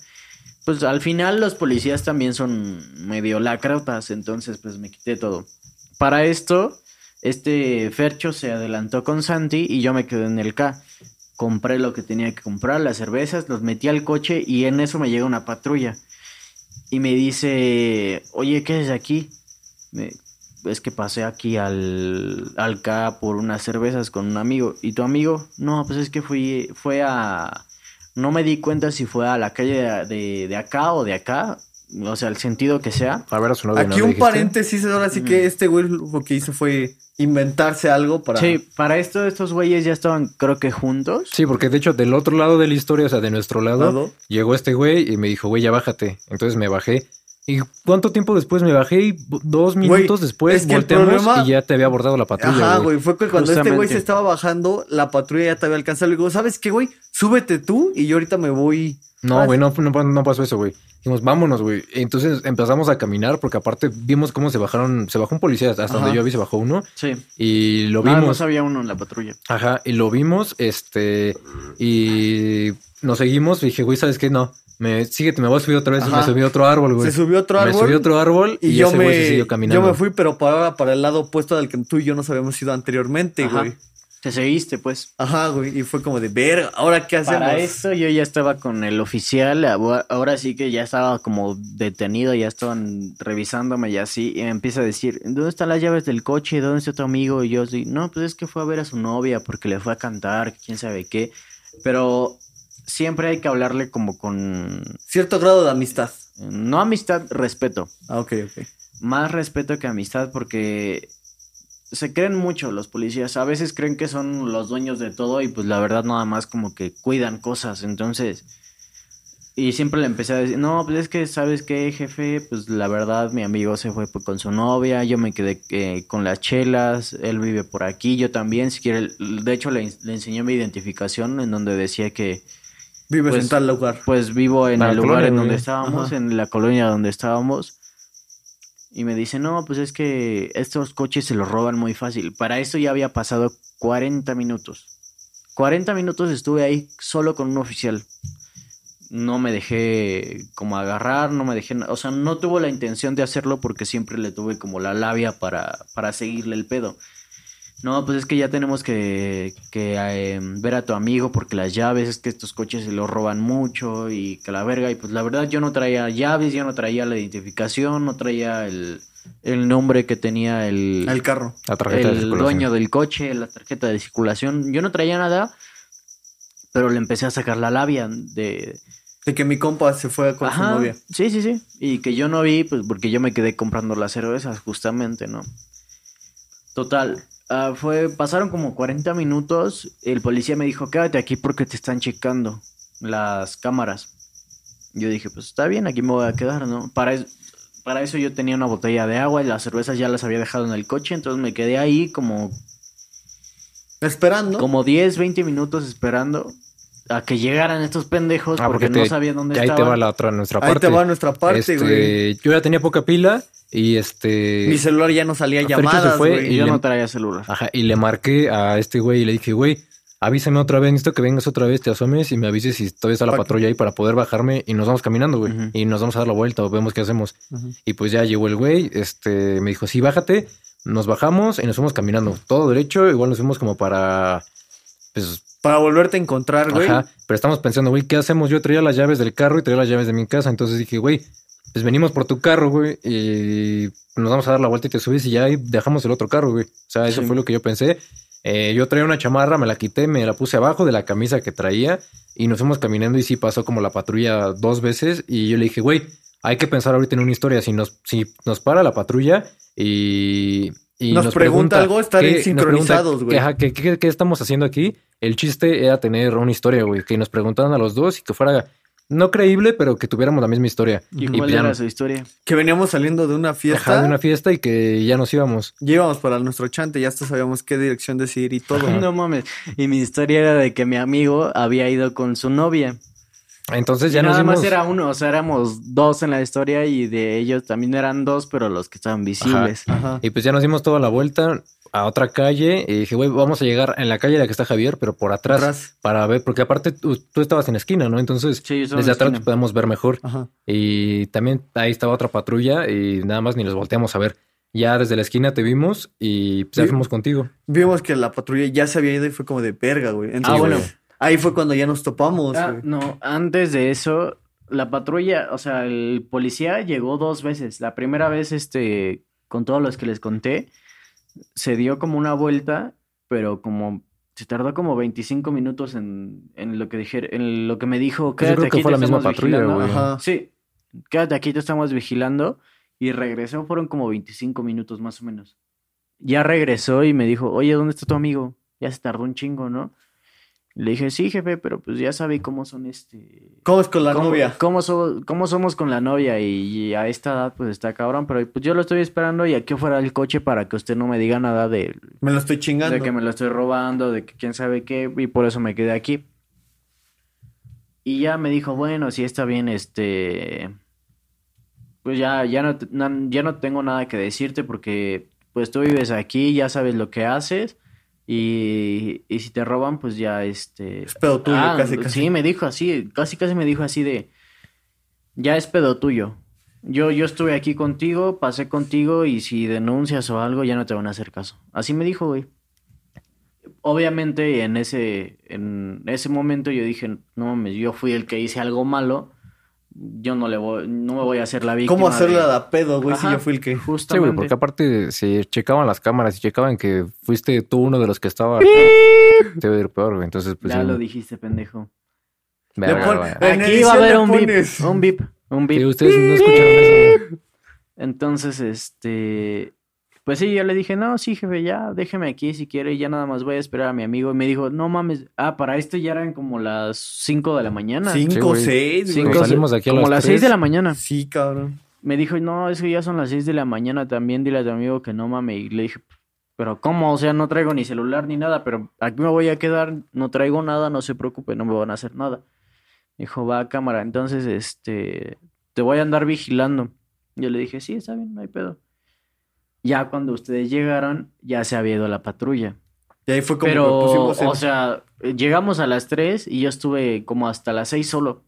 [SPEAKER 3] Pues al final los policías también son medio lacratas, entonces pues me quité todo. Para esto, este Fercho se adelantó con Santi y yo me quedé en el K. Compré lo que tenía que comprar, las cervezas, los metí al coche y en eso me llega una patrulla. Y me dice, oye, ¿qué es aquí? Me- es que pasé aquí al, al K por unas cervezas con un amigo. ¿Y tu amigo? No, pues es que fui, fue a... No me di cuenta si fue a la calle de, de- de acá o de acá, o sea, el sentido que sea.
[SPEAKER 1] A ver a su novia, ¿no?
[SPEAKER 2] Aquí
[SPEAKER 1] ¿Le
[SPEAKER 2] un
[SPEAKER 1] dijiste?
[SPEAKER 2] paréntesis, ahora sí
[SPEAKER 3] Mm.
[SPEAKER 2] que este güey lo que hizo fue inventarse algo para...
[SPEAKER 3] Sí, para esto estos güeyes ya estaban, creo que juntos.
[SPEAKER 1] Sí, porque de hecho, del otro lado de la historia, o sea, de nuestro lado,
[SPEAKER 2] ¿Lado?
[SPEAKER 1] llegó este güey y me dijo, güey, ya bájate. Entonces me bajé. ¿Y cuánto tiempo después me bajé? Y bu- dos
[SPEAKER 2] Güey,
[SPEAKER 1] minutos después
[SPEAKER 2] es que el
[SPEAKER 1] volteamos
[SPEAKER 2] problema-
[SPEAKER 1] y ya te había abordado la patrulla.
[SPEAKER 2] Ajá, güey, fue que cuando este güey
[SPEAKER 3] Justamente.
[SPEAKER 2] se estaba bajando, la patrulla ya te había alcanzado. Le digo, ¿sabes qué, güey? Súbete tú y yo ahorita me voy.
[SPEAKER 1] No, güey, no, no, no pasó eso, güey. Dijimos, vámonos, güey. Entonces empezamos a caminar porque aparte vimos cómo se bajaron, se bajó un policía, hasta
[SPEAKER 2] Ajá. Ah,
[SPEAKER 1] donde yo vi se bajó uno
[SPEAKER 3] Sí.
[SPEAKER 1] y lo
[SPEAKER 3] Nada
[SPEAKER 1] vimos.
[SPEAKER 3] más había uno en la patrulla.
[SPEAKER 1] Ajá, y lo vimos, este, y nos seguimos. Y dije, güey, ¿sabes qué? No, me, síguete, me voy a subir otra vez. Y
[SPEAKER 2] Ajá.
[SPEAKER 1] me subí a otro árbol, güey.
[SPEAKER 2] Se subió otro árbol.
[SPEAKER 1] Me subí a otro árbol y,
[SPEAKER 2] Y, yo
[SPEAKER 1] ese
[SPEAKER 2] me,
[SPEAKER 1] güey se siguió caminando.
[SPEAKER 2] yo me fui, pero para, para el lado opuesto del que tú y yo nos habíamos ido anteriormente,
[SPEAKER 3] Ajá.
[SPEAKER 2] güey.
[SPEAKER 3] Te seguiste, pues.
[SPEAKER 2] Ajá, güey. Y fue como de verga, ¿ahora qué hacemos?
[SPEAKER 3] Para esto yo ya estaba con el oficial, ahora ahora sí que ya estaba como detenido, ya estaban revisándome y así, y me empieza a decir, ¿dónde están las llaves del coche? ¿Dónde está tu amigo? Y yo así, no, pues es que fue a ver a su novia porque le fue a cantar, quién sabe qué, pero siempre hay que hablarle como con,
[SPEAKER 2] Cierto grado de amistad.
[SPEAKER 3] no amistad, respeto.
[SPEAKER 2] Ah, ok, ok.
[SPEAKER 3] más respeto que amistad porque se creen mucho los policías. A veces creen que son los dueños de todo y pues la verdad nada más como que cuidan cosas. Entonces, y siempre le empecé a decir, no, pues es que, ¿sabes qué, jefe? Pues la verdad, mi amigo se fue pues, con su novia, yo me quedé eh, con las chelas, él vive por aquí, yo también, si quiere, de hecho le, le enseñé mi identificación en donde decía que,
[SPEAKER 2] Vives
[SPEAKER 3] Pues-
[SPEAKER 2] en tal lugar.
[SPEAKER 3] pues vivo en
[SPEAKER 1] Para
[SPEAKER 3] el
[SPEAKER 1] la
[SPEAKER 3] lugar
[SPEAKER 1] colonia,
[SPEAKER 3] en
[SPEAKER 1] güey.
[SPEAKER 3] donde estábamos,
[SPEAKER 2] Ajá.
[SPEAKER 3] en la colonia donde estábamos. Y me dice, no, pues es que estos coches se los roban muy fácil. Para eso ya había pasado 40 minutos. 40 minutos estuve ahí solo con un oficial. No me dejé como agarrar, no me dejé... na- O sea, no tuvo la intención de hacerlo porque siempre le tuve como la labia para, para seguirle el pedo. No, pues es que ya tenemos que, que, eh, ver a tu amigo porque las llaves, es que estos coches se los roban mucho y que la verga. Y pues la verdad yo no traía llaves, yo no traía la identificación, no traía el, el nombre que tenía el,
[SPEAKER 2] Al carro.
[SPEAKER 1] La tarjeta de
[SPEAKER 3] el
[SPEAKER 1] circulación.
[SPEAKER 3] dueño del coche, la tarjeta de circulación. Yo no traía nada, pero le empecé a sacar la labia de...
[SPEAKER 2] De que mi compa se fue con
[SPEAKER 3] Ajá,
[SPEAKER 2] su novia.
[SPEAKER 3] Sí, sí, sí. Y que yo no vi, pues porque yo me quedé comprando las cervezas justamente, ¿no? Total. ah, fue, pasaron como 40 minutos. El policía me dijo, quédate aquí porque te están checando las cámaras. Yo dije, pues está bien, aquí me voy a quedar, ¿no? Para, es- para eso yo tenía una botella de agua y las cervezas ya las había dejado en el coche, entonces me quedé ahí como
[SPEAKER 2] Esperando.
[SPEAKER 3] como 10, 20 minutos esperando a que llegaran estos pendejos
[SPEAKER 1] Ah,
[SPEAKER 3] porque,
[SPEAKER 1] porque
[SPEAKER 3] no
[SPEAKER 1] te-
[SPEAKER 3] sabían dónde
[SPEAKER 1] Y ahí
[SPEAKER 3] estaban.
[SPEAKER 1] te va la otra, nuestra
[SPEAKER 2] Ahí
[SPEAKER 1] parte.
[SPEAKER 2] te va nuestra parte,
[SPEAKER 1] Este,
[SPEAKER 2] güey.
[SPEAKER 1] Yo ya tenía poca pila y este.
[SPEAKER 2] Mi celular ya no salía
[SPEAKER 1] Fercho se
[SPEAKER 2] llamadas,
[SPEAKER 1] fue
[SPEAKER 2] güey.
[SPEAKER 1] y-
[SPEAKER 3] Yo
[SPEAKER 1] le-
[SPEAKER 3] no traía celular.
[SPEAKER 1] Ajá, y le marqué a este güey y le dije, güey, avísame otra vez, necesito que vengas otra vez, te asomes y me avises si todavía está la
[SPEAKER 2] Pa-
[SPEAKER 1] patrulla ahí para poder bajarme y nos vamos caminando, güey.
[SPEAKER 3] Ujú.
[SPEAKER 1] Y nos vamos a dar la vuelta o vemos qué hacemos.
[SPEAKER 2] Ujú.
[SPEAKER 1] Y pues ya llegó el güey, este, me dijo, sí, bájate, nos bajamos y nos fuimos caminando. Todo derecho, igual nos fuimos como para, pues,
[SPEAKER 2] Para volverte a encontrar, güey.
[SPEAKER 1] Ajá, pero estamos pensando, güey, ¿qué hacemos? Yo traía las llaves del carro y traía las llaves de mi casa. Entonces dije, güey, pues venimos por tu carro, güey, y nos vamos a dar la vuelta y te subes y ya ahí dejamos el otro carro, güey. O sea, eso
[SPEAKER 3] Sí.
[SPEAKER 1] fue lo que yo pensé. Eh, yo traía una chamarra, me la quité, me la puse abajo de la camisa que traía y nos fuimos caminando y sí pasó como la patrulla dos veces y yo le dije, güey, hay que pensar ahorita en una historia. Si nos, si nos para la patrulla y... y
[SPEAKER 2] Nos pregunta algo, estar
[SPEAKER 1] qué- nos
[SPEAKER 2] sincronizados,
[SPEAKER 1] pregunta
[SPEAKER 2] güey.
[SPEAKER 1] qué- ajá, ¿qué, qué- qué estamos haciendo aquí? El chiste era tener una historia, güey, que nos preguntaran a los dos y que fuera no creíble, pero que tuviéramos la misma historia.
[SPEAKER 3] ¿Y
[SPEAKER 2] Ujú.
[SPEAKER 3] cuál
[SPEAKER 1] ya
[SPEAKER 3] era
[SPEAKER 1] no.
[SPEAKER 3] su historia?
[SPEAKER 2] Que veníamos saliendo de una fiesta.
[SPEAKER 1] Ajá, de una fiesta y que ya nos íbamos.
[SPEAKER 2] Ya íbamos para nuestro chante, ya hasta sabíamos qué dirección decidir y todo.
[SPEAKER 1] Ajá.
[SPEAKER 3] No mames. Y mi historia era de que mi amigo había ido con su novia.
[SPEAKER 1] Entonces ya
[SPEAKER 3] Y
[SPEAKER 1] nos
[SPEAKER 3] nada
[SPEAKER 1] dimos...
[SPEAKER 3] más era uno, o sea, éramos dos en la historia y de ellos también eran dos, pero los que estaban visibles.
[SPEAKER 2] Ajá.
[SPEAKER 1] Y pues ya nos dimos toda la vuelta a otra calle y dije, güey, vamos a llegar en la calle en la que está Javier, pero por atrás,
[SPEAKER 2] Atrás.
[SPEAKER 1] para ver, porque aparte tú, tú estabas en la esquina, ¿no? Entonces,
[SPEAKER 3] Sí, yo estaba en
[SPEAKER 1] desde
[SPEAKER 3] la
[SPEAKER 1] atrás te
[SPEAKER 3] esquina.
[SPEAKER 1] podemos ver mejor.
[SPEAKER 2] Ajá.
[SPEAKER 1] Y también ahí estaba otra patrulla y nada más ni los volteamos a ver. Ya desde la esquina te vimos y pues, ya
[SPEAKER 2] Sí.
[SPEAKER 1] fuimos contigo.
[SPEAKER 2] Vimos que la patrulla ya se había ido y fue como de verga, güey. Entonces,
[SPEAKER 3] Ah, bueno.
[SPEAKER 1] güey.
[SPEAKER 2] Ahí fue cuando ya nos topamos,
[SPEAKER 3] Ah,
[SPEAKER 2] güey.
[SPEAKER 3] no, antes de eso, la patrulla, o sea, el policía llegó dos veces. La primera vez, este, con todos los que les conté, se dio como una vuelta, pero como se tardó como 25 minutos en, en lo que dijer- en lo que me dijo,
[SPEAKER 1] Pues yo
[SPEAKER 3] quédate
[SPEAKER 1] creo que
[SPEAKER 3] aquí,
[SPEAKER 1] fue
[SPEAKER 3] te
[SPEAKER 1] la misma
[SPEAKER 3] estamos
[SPEAKER 1] patrulla,
[SPEAKER 3] vigilando".
[SPEAKER 1] güey.
[SPEAKER 2] Ajá.
[SPEAKER 3] Sí, quédate aquí, te estamos vigilando. Y regresó, fueron como 25 minutos más o menos. Ya regresó y me dijo, oye, ¿dónde está tu amigo? Ya se tardó un chingo, ¿no? Le dije, sí, jefe, pero pues ya sabe cómo son este...
[SPEAKER 2] ¿Cómo es con la
[SPEAKER 3] cómo-
[SPEAKER 2] novia?
[SPEAKER 3] Cómo, so- cómo somos con la novia y, y a esta edad pues está cabrón, pero pues yo lo estoy esperando y aquí fuera del coche para que usted no me diga nada de,
[SPEAKER 2] Me lo estoy chingando.
[SPEAKER 3] de que me lo estoy robando, de que quién sabe qué, y por eso me quedé aquí. Y ya me dijo, bueno, si está bien, este. Pues ya, ya no, te- na- ya no tengo nada que decirte porque pues tú vives aquí, ya sabes lo que haces. Y, y si te roban, pues ya este.
[SPEAKER 2] Es pedo tuyo,
[SPEAKER 3] Ah,
[SPEAKER 2] casi, casi.
[SPEAKER 3] Sí, me dijo así, casi casi me dijo así de ya es pedo tuyo. Yo, yo estuve aquí contigo, pasé contigo y si denuncias o algo ya no te van a hacer caso. Así me dijo, güey. Obviamente en ese, en ese momento yo dije, no mames, yo fui el que hice algo malo, yo no le voy, no me voy a hacer la víctima.
[SPEAKER 2] ¿Cómo hacerle
[SPEAKER 3] de-
[SPEAKER 2] a la pedo, güey? Si
[SPEAKER 3] Ajá.
[SPEAKER 2] yo fui el que.
[SPEAKER 1] Sí,
[SPEAKER 3] Justamente.
[SPEAKER 1] güey, porque aparte se checaban las cámaras y checaban que fuiste tú uno de los que estaba. Debe ir peor, güey. Entonces, pues.
[SPEAKER 3] ya
[SPEAKER 1] sí,
[SPEAKER 3] lo dijiste, pendejo.
[SPEAKER 1] verga,
[SPEAKER 2] Le pon-
[SPEAKER 1] güey.
[SPEAKER 2] En
[SPEAKER 3] Aquí va a
[SPEAKER 2] edición
[SPEAKER 3] haber
[SPEAKER 2] le
[SPEAKER 3] un bip,
[SPEAKER 2] pones.
[SPEAKER 3] un bip, un bip.
[SPEAKER 1] Sí, ustedes no escucharon eso. güey.
[SPEAKER 3] Entonces, este. Pues sí, yo le dije, no, sí, jefe, ya, déjeme aquí si quiere, y ya nada más voy a esperar a mi amigo. Y me dijo, no mames, ah, para esto ya eran como las 5 de la mañana.
[SPEAKER 2] Cinco,
[SPEAKER 1] güey.
[SPEAKER 2] seis, güey.
[SPEAKER 3] Cinco,
[SPEAKER 1] Nos salimos de aquí a
[SPEAKER 3] como
[SPEAKER 1] las
[SPEAKER 3] las 6
[SPEAKER 1] tres.
[SPEAKER 3] de la mañana.
[SPEAKER 2] Sí, cabrón.
[SPEAKER 3] Me dijo, no, es que ya son las 6 de la mañana también, dile a tu amigo que no mames. Y le dije, pero ¿cómo? O sea, no traigo ni celular ni nada, pero aquí me voy a quedar, no traigo nada, no se preocupe, no me van a hacer nada. Me dijo, va a cámara, entonces, este, te voy a andar vigilando. Yo le dije, sí, está bien, no hay pedo. Ya cuando ustedes llegaron, ya se había ido la patrulla.
[SPEAKER 2] Y ahí fue como que
[SPEAKER 3] Pero,
[SPEAKER 2] pusimos en-
[SPEAKER 3] o sea, llegamos a las 3 y yo estuve como hasta las 6 solo.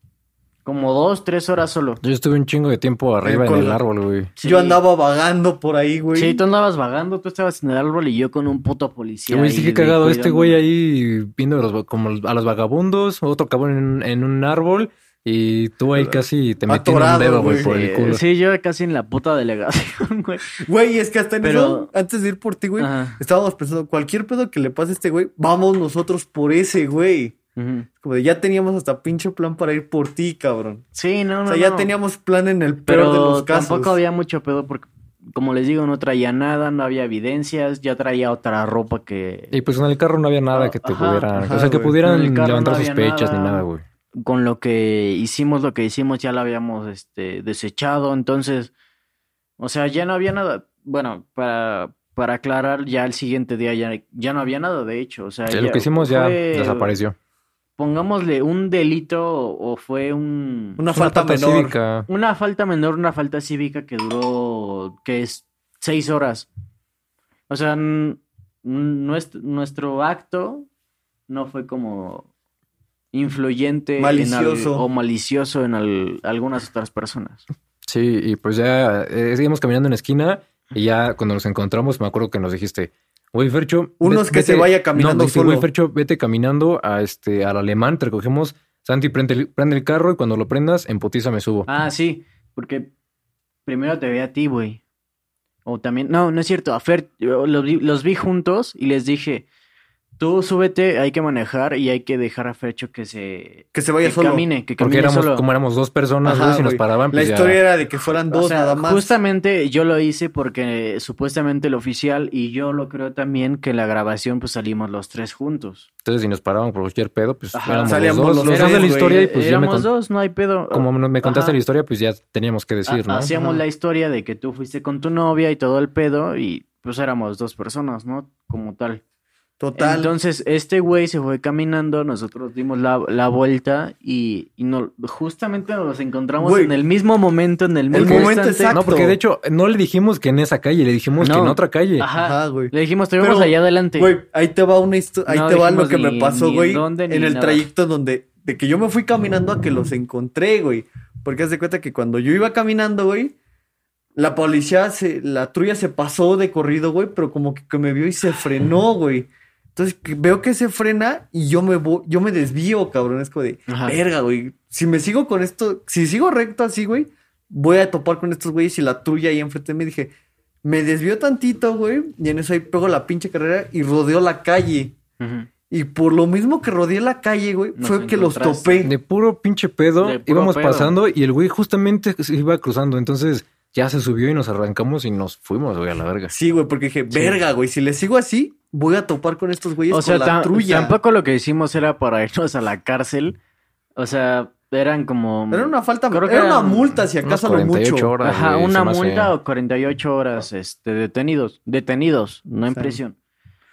[SPEAKER 3] Como 2, 3 horas solo.
[SPEAKER 1] Yo estuve un chingo de tiempo
[SPEAKER 3] Eh,
[SPEAKER 1] arriba en
[SPEAKER 2] con
[SPEAKER 1] el
[SPEAKER 2] la-
[SPEAKER 1] árbol, güey.
[SPEAKER 2] Yo
[SPEAKER 3] Sí.
[SPEAKER 2] andaba vagando por ahí, güey.
[SPEAKER 3] Sí, tú andabas vagando, tú estabas en el árbol y yo con un puto policía.
[SPEAKER 1] güey,
[SPEAKER 3] ahí
[SPEAKER 1] sí que
[SPEAKER 3] de-
[SPEAKER 1] cagado este
[SPEAKER 3] cuidando.
[SPEAKER 1] güey ahí viendo a los, va- como a los vagabundos, otro cabrón en, en un árbol y tú ahí casi te metí en un
[SPEAKER 2] Atorado,
[SPEAKER 1] dedo, güey,
[SPEAKER 2] güey.
[SPEAKER 1] por el
[SPEAKER 3] Sí,
[SPEAKER 1] culo.
[SPEAKER 3] este, Sí, yo casi en la puta delegación, güey.
[SPEAKER 2] Güey, es que hasta en
[SPEAKER 3] Pero-
[SPEAKER 2] eso, antes de ir por ti, güey,
[SPEAKER 3] Ajá.
[SPEAKER 2] estábamos pensando, cualquier pedo que le pase a este güey, vamos nosotros por ese, güey.
[SPEAKER 3] Ujú.
[SPEAKER 2] Como de ya teníamos hasta pinche plan para ir por ti, cabrón.
[SPEAKER 3] Sí, no, no.
[SPEAKER 2] O sea, ya
[SPEAKER 3] no.
[SPEAKER 2] teníamos plan en el peor
[SPEAKER 3] Pero
[SPEAKER 2] de los casos.
[SPEAKER 3] tampoco había mucho pedo porque, como les digo, no traía nada, no había evidencias, ya traía otra ropa que.
[SPEAKER 1] Y pues en el carro no había nada que te
[SPEAKER 3] Ajá,
[SPEAKER 1] pudiera,
[SPEAKER 2] ajá,
[SPEAKER 1] o sea, que
[SPEAKER 2] güey.
[SPEAKER 1] pudieran
[SPEAKER 3] En el carro
[SPEAKER 1] levantar
[SPEAKER 3] no había
[SPEAKER 1] sospechas ni
[SPEAKER 3] nada.
[SPEAKER 1] nada, güey.
[SPEAKER 3] con lo que hicimos, lo que hicimos ya lo habíamos este, desechado, entonces, o sea, ya no había nada, bueno, para, para aclarar, ya el siguiente día ya, ya no había nada, de hecho, o sea,
[SPEAKER 1] O sea, lo
[SPEAKER 3] ya
[SPEAKER 1] que hicimos ya
[SPEAKER 3] fue,
[SPEAKER 1] desapareció.
[SPEAKER 3] Pongámosle un delito o o fue un,
[SPEAKER 2] Una
[SPEAKER 1] Fue
[SPEAKER 2] falta
[SPEAKER 1] falta
[SPEAKER 2] menor.
[SPEAKER 1] cívica.
[SPEAKER 3] una falta menor, una falta cívica que duró, que es seis horas. O sea, n- n- nuestro, nuestro acto no fue como influyente en al-
[SPEAKER 2] Malicioso.
[SPEAKER 3] o malicioso en al- algunas otras personas.
[SPEAKER 1] Sí, y pues ya eh, seguimos caminando en la esquina y ya cuando nos encontramos me acuerdo que nos dijiste, güey, Fercho...
[SPEAKER 2] Unos
[SPEAKER 1] ve-
[SPEAKER 2] que se vaya caminando
[SPEAKER 1] No, dijiste,
[SPEAKER 2] solo.
[SPEAKER 1] güey, Fercho, vete caminando a este, al alemán, te recogemos, Santi, prende el, prende el carro y cuando lo prendas, en putiza me subo.
[SPEAKER 3] Ah, sí, porque primero te ve a ti, güey. O también, no, no es cierto, a Fer, yo los, vi- los vi juntos y les dije, tú súbete, hay que manejar y hay que dejar a Fercho que se...
[SPEAKER 2] Que se vaya
[SPEAKER 3] que
[SPEAKER 2] solo.
[SPEAKER 3] camine, que
[SPEAKER 1] Porque
[SPEAKER 3] camine
[SPEAKER 1] éramos,
[SPEAKER 3] solo.
[SPEAKER 1] como éramos dos personas,
[SPEAKER 2] Ajá,
[SPEAKER 1] güey, si nos
[SPEAKER 2] güey.
[SPEAKER 1] paraban,
[SPEAKER 2] La
[SPEAKER 1] pues ya-
[SPEAKER 2] historia era de que fueran dos
[SPEAKER 3] O sea,
[SPEAKER 2] nada más.
[SPEAKER 3] Justamente yo lo hice porque supuestamente el oficial y yo lo creo también que en la grabación pues salimos los tres juntos.
[SPEAKER 1] Entonces, si nos paraban por cualquier pedo, pues
[SPEAKER 3] Ajá,
[SPEAKER 1] éramos
[SPEAKER 2] salíamos
[SPEAKER 1] los dos.
[SPEAKER 2] los
[SPEAKER 1] los dos de
[SPEAKER 2] tres,
[SPEAKER 1] la
[SPEAKER 2] güey.
[SPEAKER 1] historia y pues ya me con-
[SPEAKER 3] éramos dos, no hay pedo.
[SPEAKER 1] como me me contaste
[SPEAKER 3] Ajá.
[SPEAKER 1] la historia, pues ya teníamos que
[SPEAKER 3] Ha-
[SPEAKER 1] decir, ¿no?
[SPEAKER 3] Hacíamos
[SPEAKER 2] Ajá.
[SPEAKER 3] la historia de que tú fuiste con tu novia y todo el pedo y pues éramos dos personas, ¿no? Como tal.
[SPEAKER 2] Total.
[SPEAKER 3] Entonces este güey se fue caminando, nosotros dimos la, la vuelta y, y no, justamente nos encontramos
[SPEAKER 2] Güey.
[SPEAKER 3] en el mismo momento, en el mismo
[SPEAKER 2] momento
[SPEAKER 3] instante.
[SPEAKER 2] exacto.
[SPEAKER 1] No, porque de hecho, no le dijimos que en esa calle, le dijimos que
[SPEAKER 3] No.
[SPEAKER 1] en otra calle.
[SPEAKER 3] Ajá.
[SPEAKER 2] Ajá, güey.
[SPEAKER 3] Le dijimos, te vemos
[SPEAKER 2] Pero,
[SPEAKER 3] allá adelante.
[SPEAKER 2] Güey, ahí te va una histo- ahí
[SPEAKER 3] No
[SPEAKER 2] te va lo
[SPEAKER 3] dijimos
[SPEAKER 2] que me
[SPEAKER 3] ni-
[SPEAKER 2] pasó,
[SPEAKER 3] ni
[SPEAKER 2] güey, en,
[SPEAKER 3] dónde, ni
[SPEAKER 2] el
[SPEAKER 3] nada.
[SPEAKER 2] trayecto donde de que yo me fui caminando a que los encontré, güey, porque haz de cuenta que cuando yo iba caminando, güey, la policía se la trulla se pasó de corrido, güey, pero como que, que me vio y se frenó, güey. Entonces que veo que se frena y yo me vo- yo me desvío, cabrón, es como de
[SPEAKER 3] Ajá.
[SPEAKER 2] verga, güey. Si me sigo con esto, si sigo recto así, güey, voy a topar con estos güeyes y la tuya ahí enfrente me dije, me desvió tantito, güey, y en eso ahí pego la pinche carrera y rodeo la calle.
[SPEAKER 3] Ujú.
[SPEAKER 2] Y por lo mismo que rodeé la calle, güey,
[SPEAKER 3] Nos
[SPEAKER 2] fue que los
[SPEAKER 3] encontraste.
[SPEAKER 2] topé.
[SPEAKER 1] De puro pinche pedo,
[SPEAKER 3] De puro
[SPEAKER 1] íbamos
[SPEAKER 3] pedo.
[SPEAKER 1] pasando y el güey justamente se iba cruzando. Entonces ya se subió y nos arrancamos y nos fuimos, güey, a la verga.
[SPEAKER 2] Sí, güey, porque dije,
[SPEAKER 3] Sí.
[SPEAKER 2] verga, güey, si le sigo así, voy a topar con estos güeyes
[SPEAKER 3] O sea,
[SPEAKER 2] con la
[SPEAKER 3] tam-
[SPEAKER 2] trulla.
[SPEAKER 3] tampoco lo que hicimos era para irnos a la cárcel. O sea, eran como.
[SPEAKER 2] Era una falta,
[SPEAKER 3] Creo que
[SPEAKER 2] era una
[SPEAKER 3] eran
[SPEAKER 2] multa, si acaso a lo
[SPEAKER 1] Unas
[SPEAKER 2] mucho.
[SPEAKER 1] horas.
[SPEAKER 3] Ajá,
[SPEAKER 1] güey, se
[SPEAKER 3] una
[SPEAKER 1] me hace.
[SPEAKER 3] multa o 48 horas este, detenidos. Detenidos, no en
[SPEAKER 2] Sí.
[SPEAKER 3] prisión.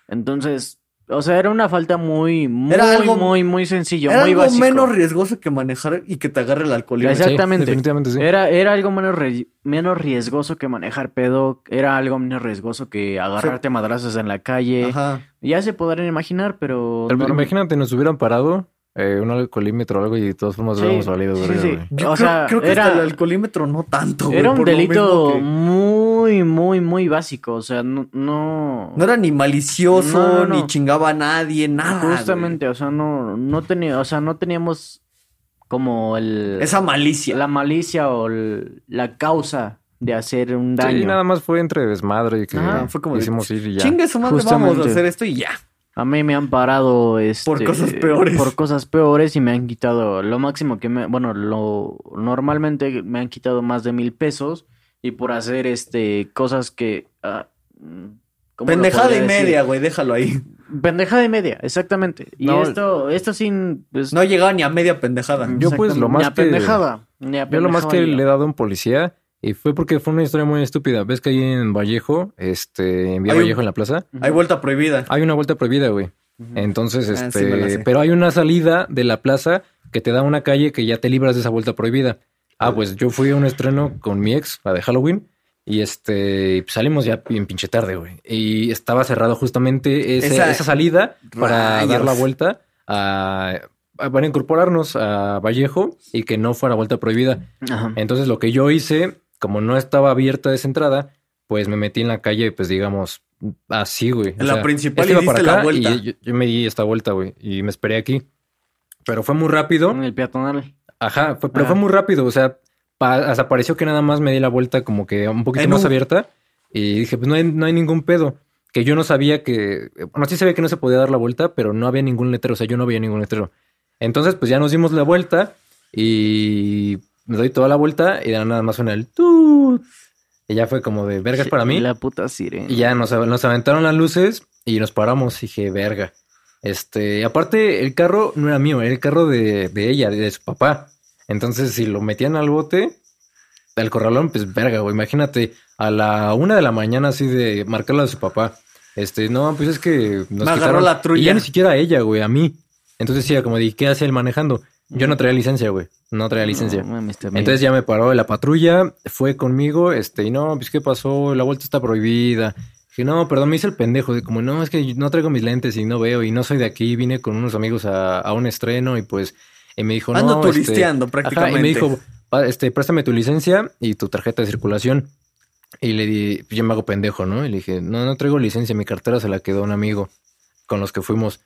[SPEAKER 3] Entonces, o sea, era una falta muy, muy,
[SPEAKER 2] Era algo-
[SPEAKER 3] muy, muy sencillo.
[SPEAKER 2] Era
[SPEAKER 3] muy
[SPEAKER 2] algo
[SPEAKER 3] básico.
[SPEAKER 2] menos riesgoso que manejar y que te agarre el alcoholismo.
[SPEAKER 1] Sí,
[SPEAKER 3] Exactamente. Eh,
[SPEAKER 1] definitivamente sí.
[SPEAKER 3] Era, era algo menos, ri- menos riesgoso que manejar pedo. Era algo menos riesgoso que agarrarte a madrazos en la calle.
[SPEAKER 2] Ajá.
[SPEAKER 3] Ya se podrán imaginar, pero.
[SPEAKER 1] Pero
[SPEAKER 3] normal.
[SPEAKER 1] Imagínate, nos hubieran parado eh, un alcoholímetro o algo y de todas formas
[SPEAKER 3] Sí,
[SPEAKER 1] hubiéramos valido,
[SPEAKER 3] sí,
[SPEAKER 1] verga,
[SPEAKER 3] sí.
[SPEAKER 1] güey.
[SPEAKER 2] Yo creo,
[SPEAKER 3] O sea,
[SPEAKER 2] creo que
[SPEAKER 3] era-
[SPEAKER 2] hasta el alcoholímetro no tanto, güey.
[SPEAKER 3] Era un
[SPEAKER 2] por lo mismo
[SPEAKER 3] delito
[SPEAKER 2] que-
[SPEAKER 3] muy, muy, muy básico. O sea, no. no...
[SPEAKER 2] No era ni malicioso,
[SPEAKER 3] No, no, no.
[SPEAKER 2] ni chingaba a nadie, nada. Ah, güey.
[SPEAKER 3] Justamente, o sea, no, no tenía, o sea, no teníamos como el
[SPEAKER 2] Esa malicia.
[SPEAKER 3] la malicia o el- la causa de hacer un daño.
[SPEAKER 1] Sí, nada más fue entre desmadre y que
[SPEAKER 3] Ajá,
[SPEAKER 2] fue como de-
[SPEAKER 1] hicimos ir y ya.
[SPEAKER 2] Chingue su madre, vamos
[SPEAKER 3] Justamente.
[SPEAKER 2] a hacer esto y ya.
[SPEAKER 3] A mí me han parado este,
[SPEAKER 2] Por cosas peores.
[SPEAKER 3] por cosas peores y me han quitado lo máximo que me, bueno, lo normalmente me han quitado más de mil pesos y por hacer este cosas que ah, ¿cómo lo
[SPEAKER 2] Pendejada
[SPEAKER 3] podría
[SPEAKER 2] y
[SPEAKER 3] decir?
[SPEAKER 2] media, güey, déjalo ahí.
[SPEAKER 3] Pendejada y media, exactamente. Y
[SPEAKER 1] No.
[SPEAKER 3] esto, esto sin. pues,
[SPEAKER 2] No llegaba ni a media pendejada.
[SPEAKER 1] Yo, pues, lo
[SPEAKER 3] exactamente,
[SPEAKER 1] más
[SPEAKER 3] ni a
[SPEAKER 1] que-
[SPEAKER 3] pendejada, ni a
[SPEAKER 1] Yo lo más que
[SPEAKER 3] pendejada
[SPEAKER 1] le he
[SPEAKER 3] ni a-
[SPEAKER 1] dado a un policía y fue porque fue una historia muy estúpida. ¿Ves que ahí en Vallejo, este, en Vía
[SPEAKER 2] Hay un-
[SPEAKER 1] Vallejo en la plaza,
[SPEAKER 2] Hay vuelta prohibida.
[SPEAKER 1] hay una vuelta prohibida, güey?
[SPEAKER 3] Ujú.
[SPEAKER 1] Entonces,
[SPEAKER 2] Ah, sí me la
[SPEAKER 1] este,
[SPEAKER 2] sé.
[SPEAKER 1] pero hay una salida de la plaza que te da una calle que ya te libras de esa vuelta prohibida. Ah, pues yo fui a un estreno con mi ex, la de Halloween, y este, pues, salimos ya bien pinche tarde, güey. Y estaba cerrado justamente ese-
[SPEAKER 2] Esa-
[SPEAKER 1] esa, salida para
[SPEAKER 2] Rayos.
[SPEAKER 1] dar la vuelta a, a- para incorporarnos a Vallejo y que no fuera vuelta prohibida.
[SPEAKER 3] Ajá.
[SPEAKER 1] Entonces lo que yo hice, como no estaba abierta esa entrada, pues me metí en la calle, pues digamos, así, güey.
[SPEAKER 2] En la principal
[SPEAKER 1] este
[SPEAKER 2] y
[SPEAKER 1] iba para
[SPEAKER 2] diste la
[SPEAKER 1] acá
[SPEAKER 2] vuelta.
[SPEAKER 1] Y yo, yo me di esta vuelta, güey, y me esperé aquí. Pero fue muy rápido.
[SPEAKER 3] En el peatonal.
[SPEAKER 1] Ajá, fue- pero
[SPEAKER 3] Ah.
[SPEAKER 1] fue muy rápido. O sea, pa- hasta pareció que nada más me di la vuelta como que un poquito
[SPEAKER 2] En
[SPEAKER 1] más
[SPEAKER 2] un-
[SPEAKER 1] abierta. Y dije, pues no hay, no hay ningún pedo. Que yo no sabía que. Bueno, sí sabía que no se podía dar la vuelta, pero no había ningún letrero. O sea, yo no veía ningún letrero. Entonces, pues ya nos dimos la vuelta y me doy toda la vuelta y ya nada más suena el tú. Y ya fue como de vergas para mí.
[SPEAKER 3] La puta sirena.
[SPEAKER 1] Y ya nos, av- nos aventaron las luces y nos paramos. Dije, verga. Este, aparte, el carro no era mío, era el carro de, de ella, de, de su papá. Entonces, si lo metían al bote, al corralón, pues verga, güey. Imagínate, a la una de la mañana, así de marcarla a su papá. Este, no, pues es que nos
[SPEAKER 2] Me agarró
[SPEAKER 1] quitaron-
[SPEAKER 2] la trulla.
[SPEAKER 1] Y ya ni siquiera a ella, güey, a mí. Entonces, sí, como dije, ¿qué hace él manejando? Yo no traía licencia, güey. No traía licencia.
[SPEAKER 3] No, mames, también.
[SPEAKER 1] Entonces ya me paró de la patrulla, fue conmigo, este, y no, pues, ¿qué pasó? La vuelta está prohibida. Dije, no, perdón, me hice el pendejo. De como, no, es que no traigo mis lentes y no veo, y no soy de aquí. Vine con unos amigos a, a un estreno y pues, y me dijo,
[SPEAKER 2] Ando
[SPEAKER 1] no. este,
[SPEAKER 2] turisteando
[SPEAKER 1] ajá,
[SPEAKER 2] prácticamente.
[SPEAKER 1] y me dijo, "Pa- este, préstame tu licencia y tu tarjeta de circulación. Y le di, pues, yo me hago pendejo, ¿no? Y le dije, no, no traigo licencia, mi cartera se la quedó un amigo con los que fuimos.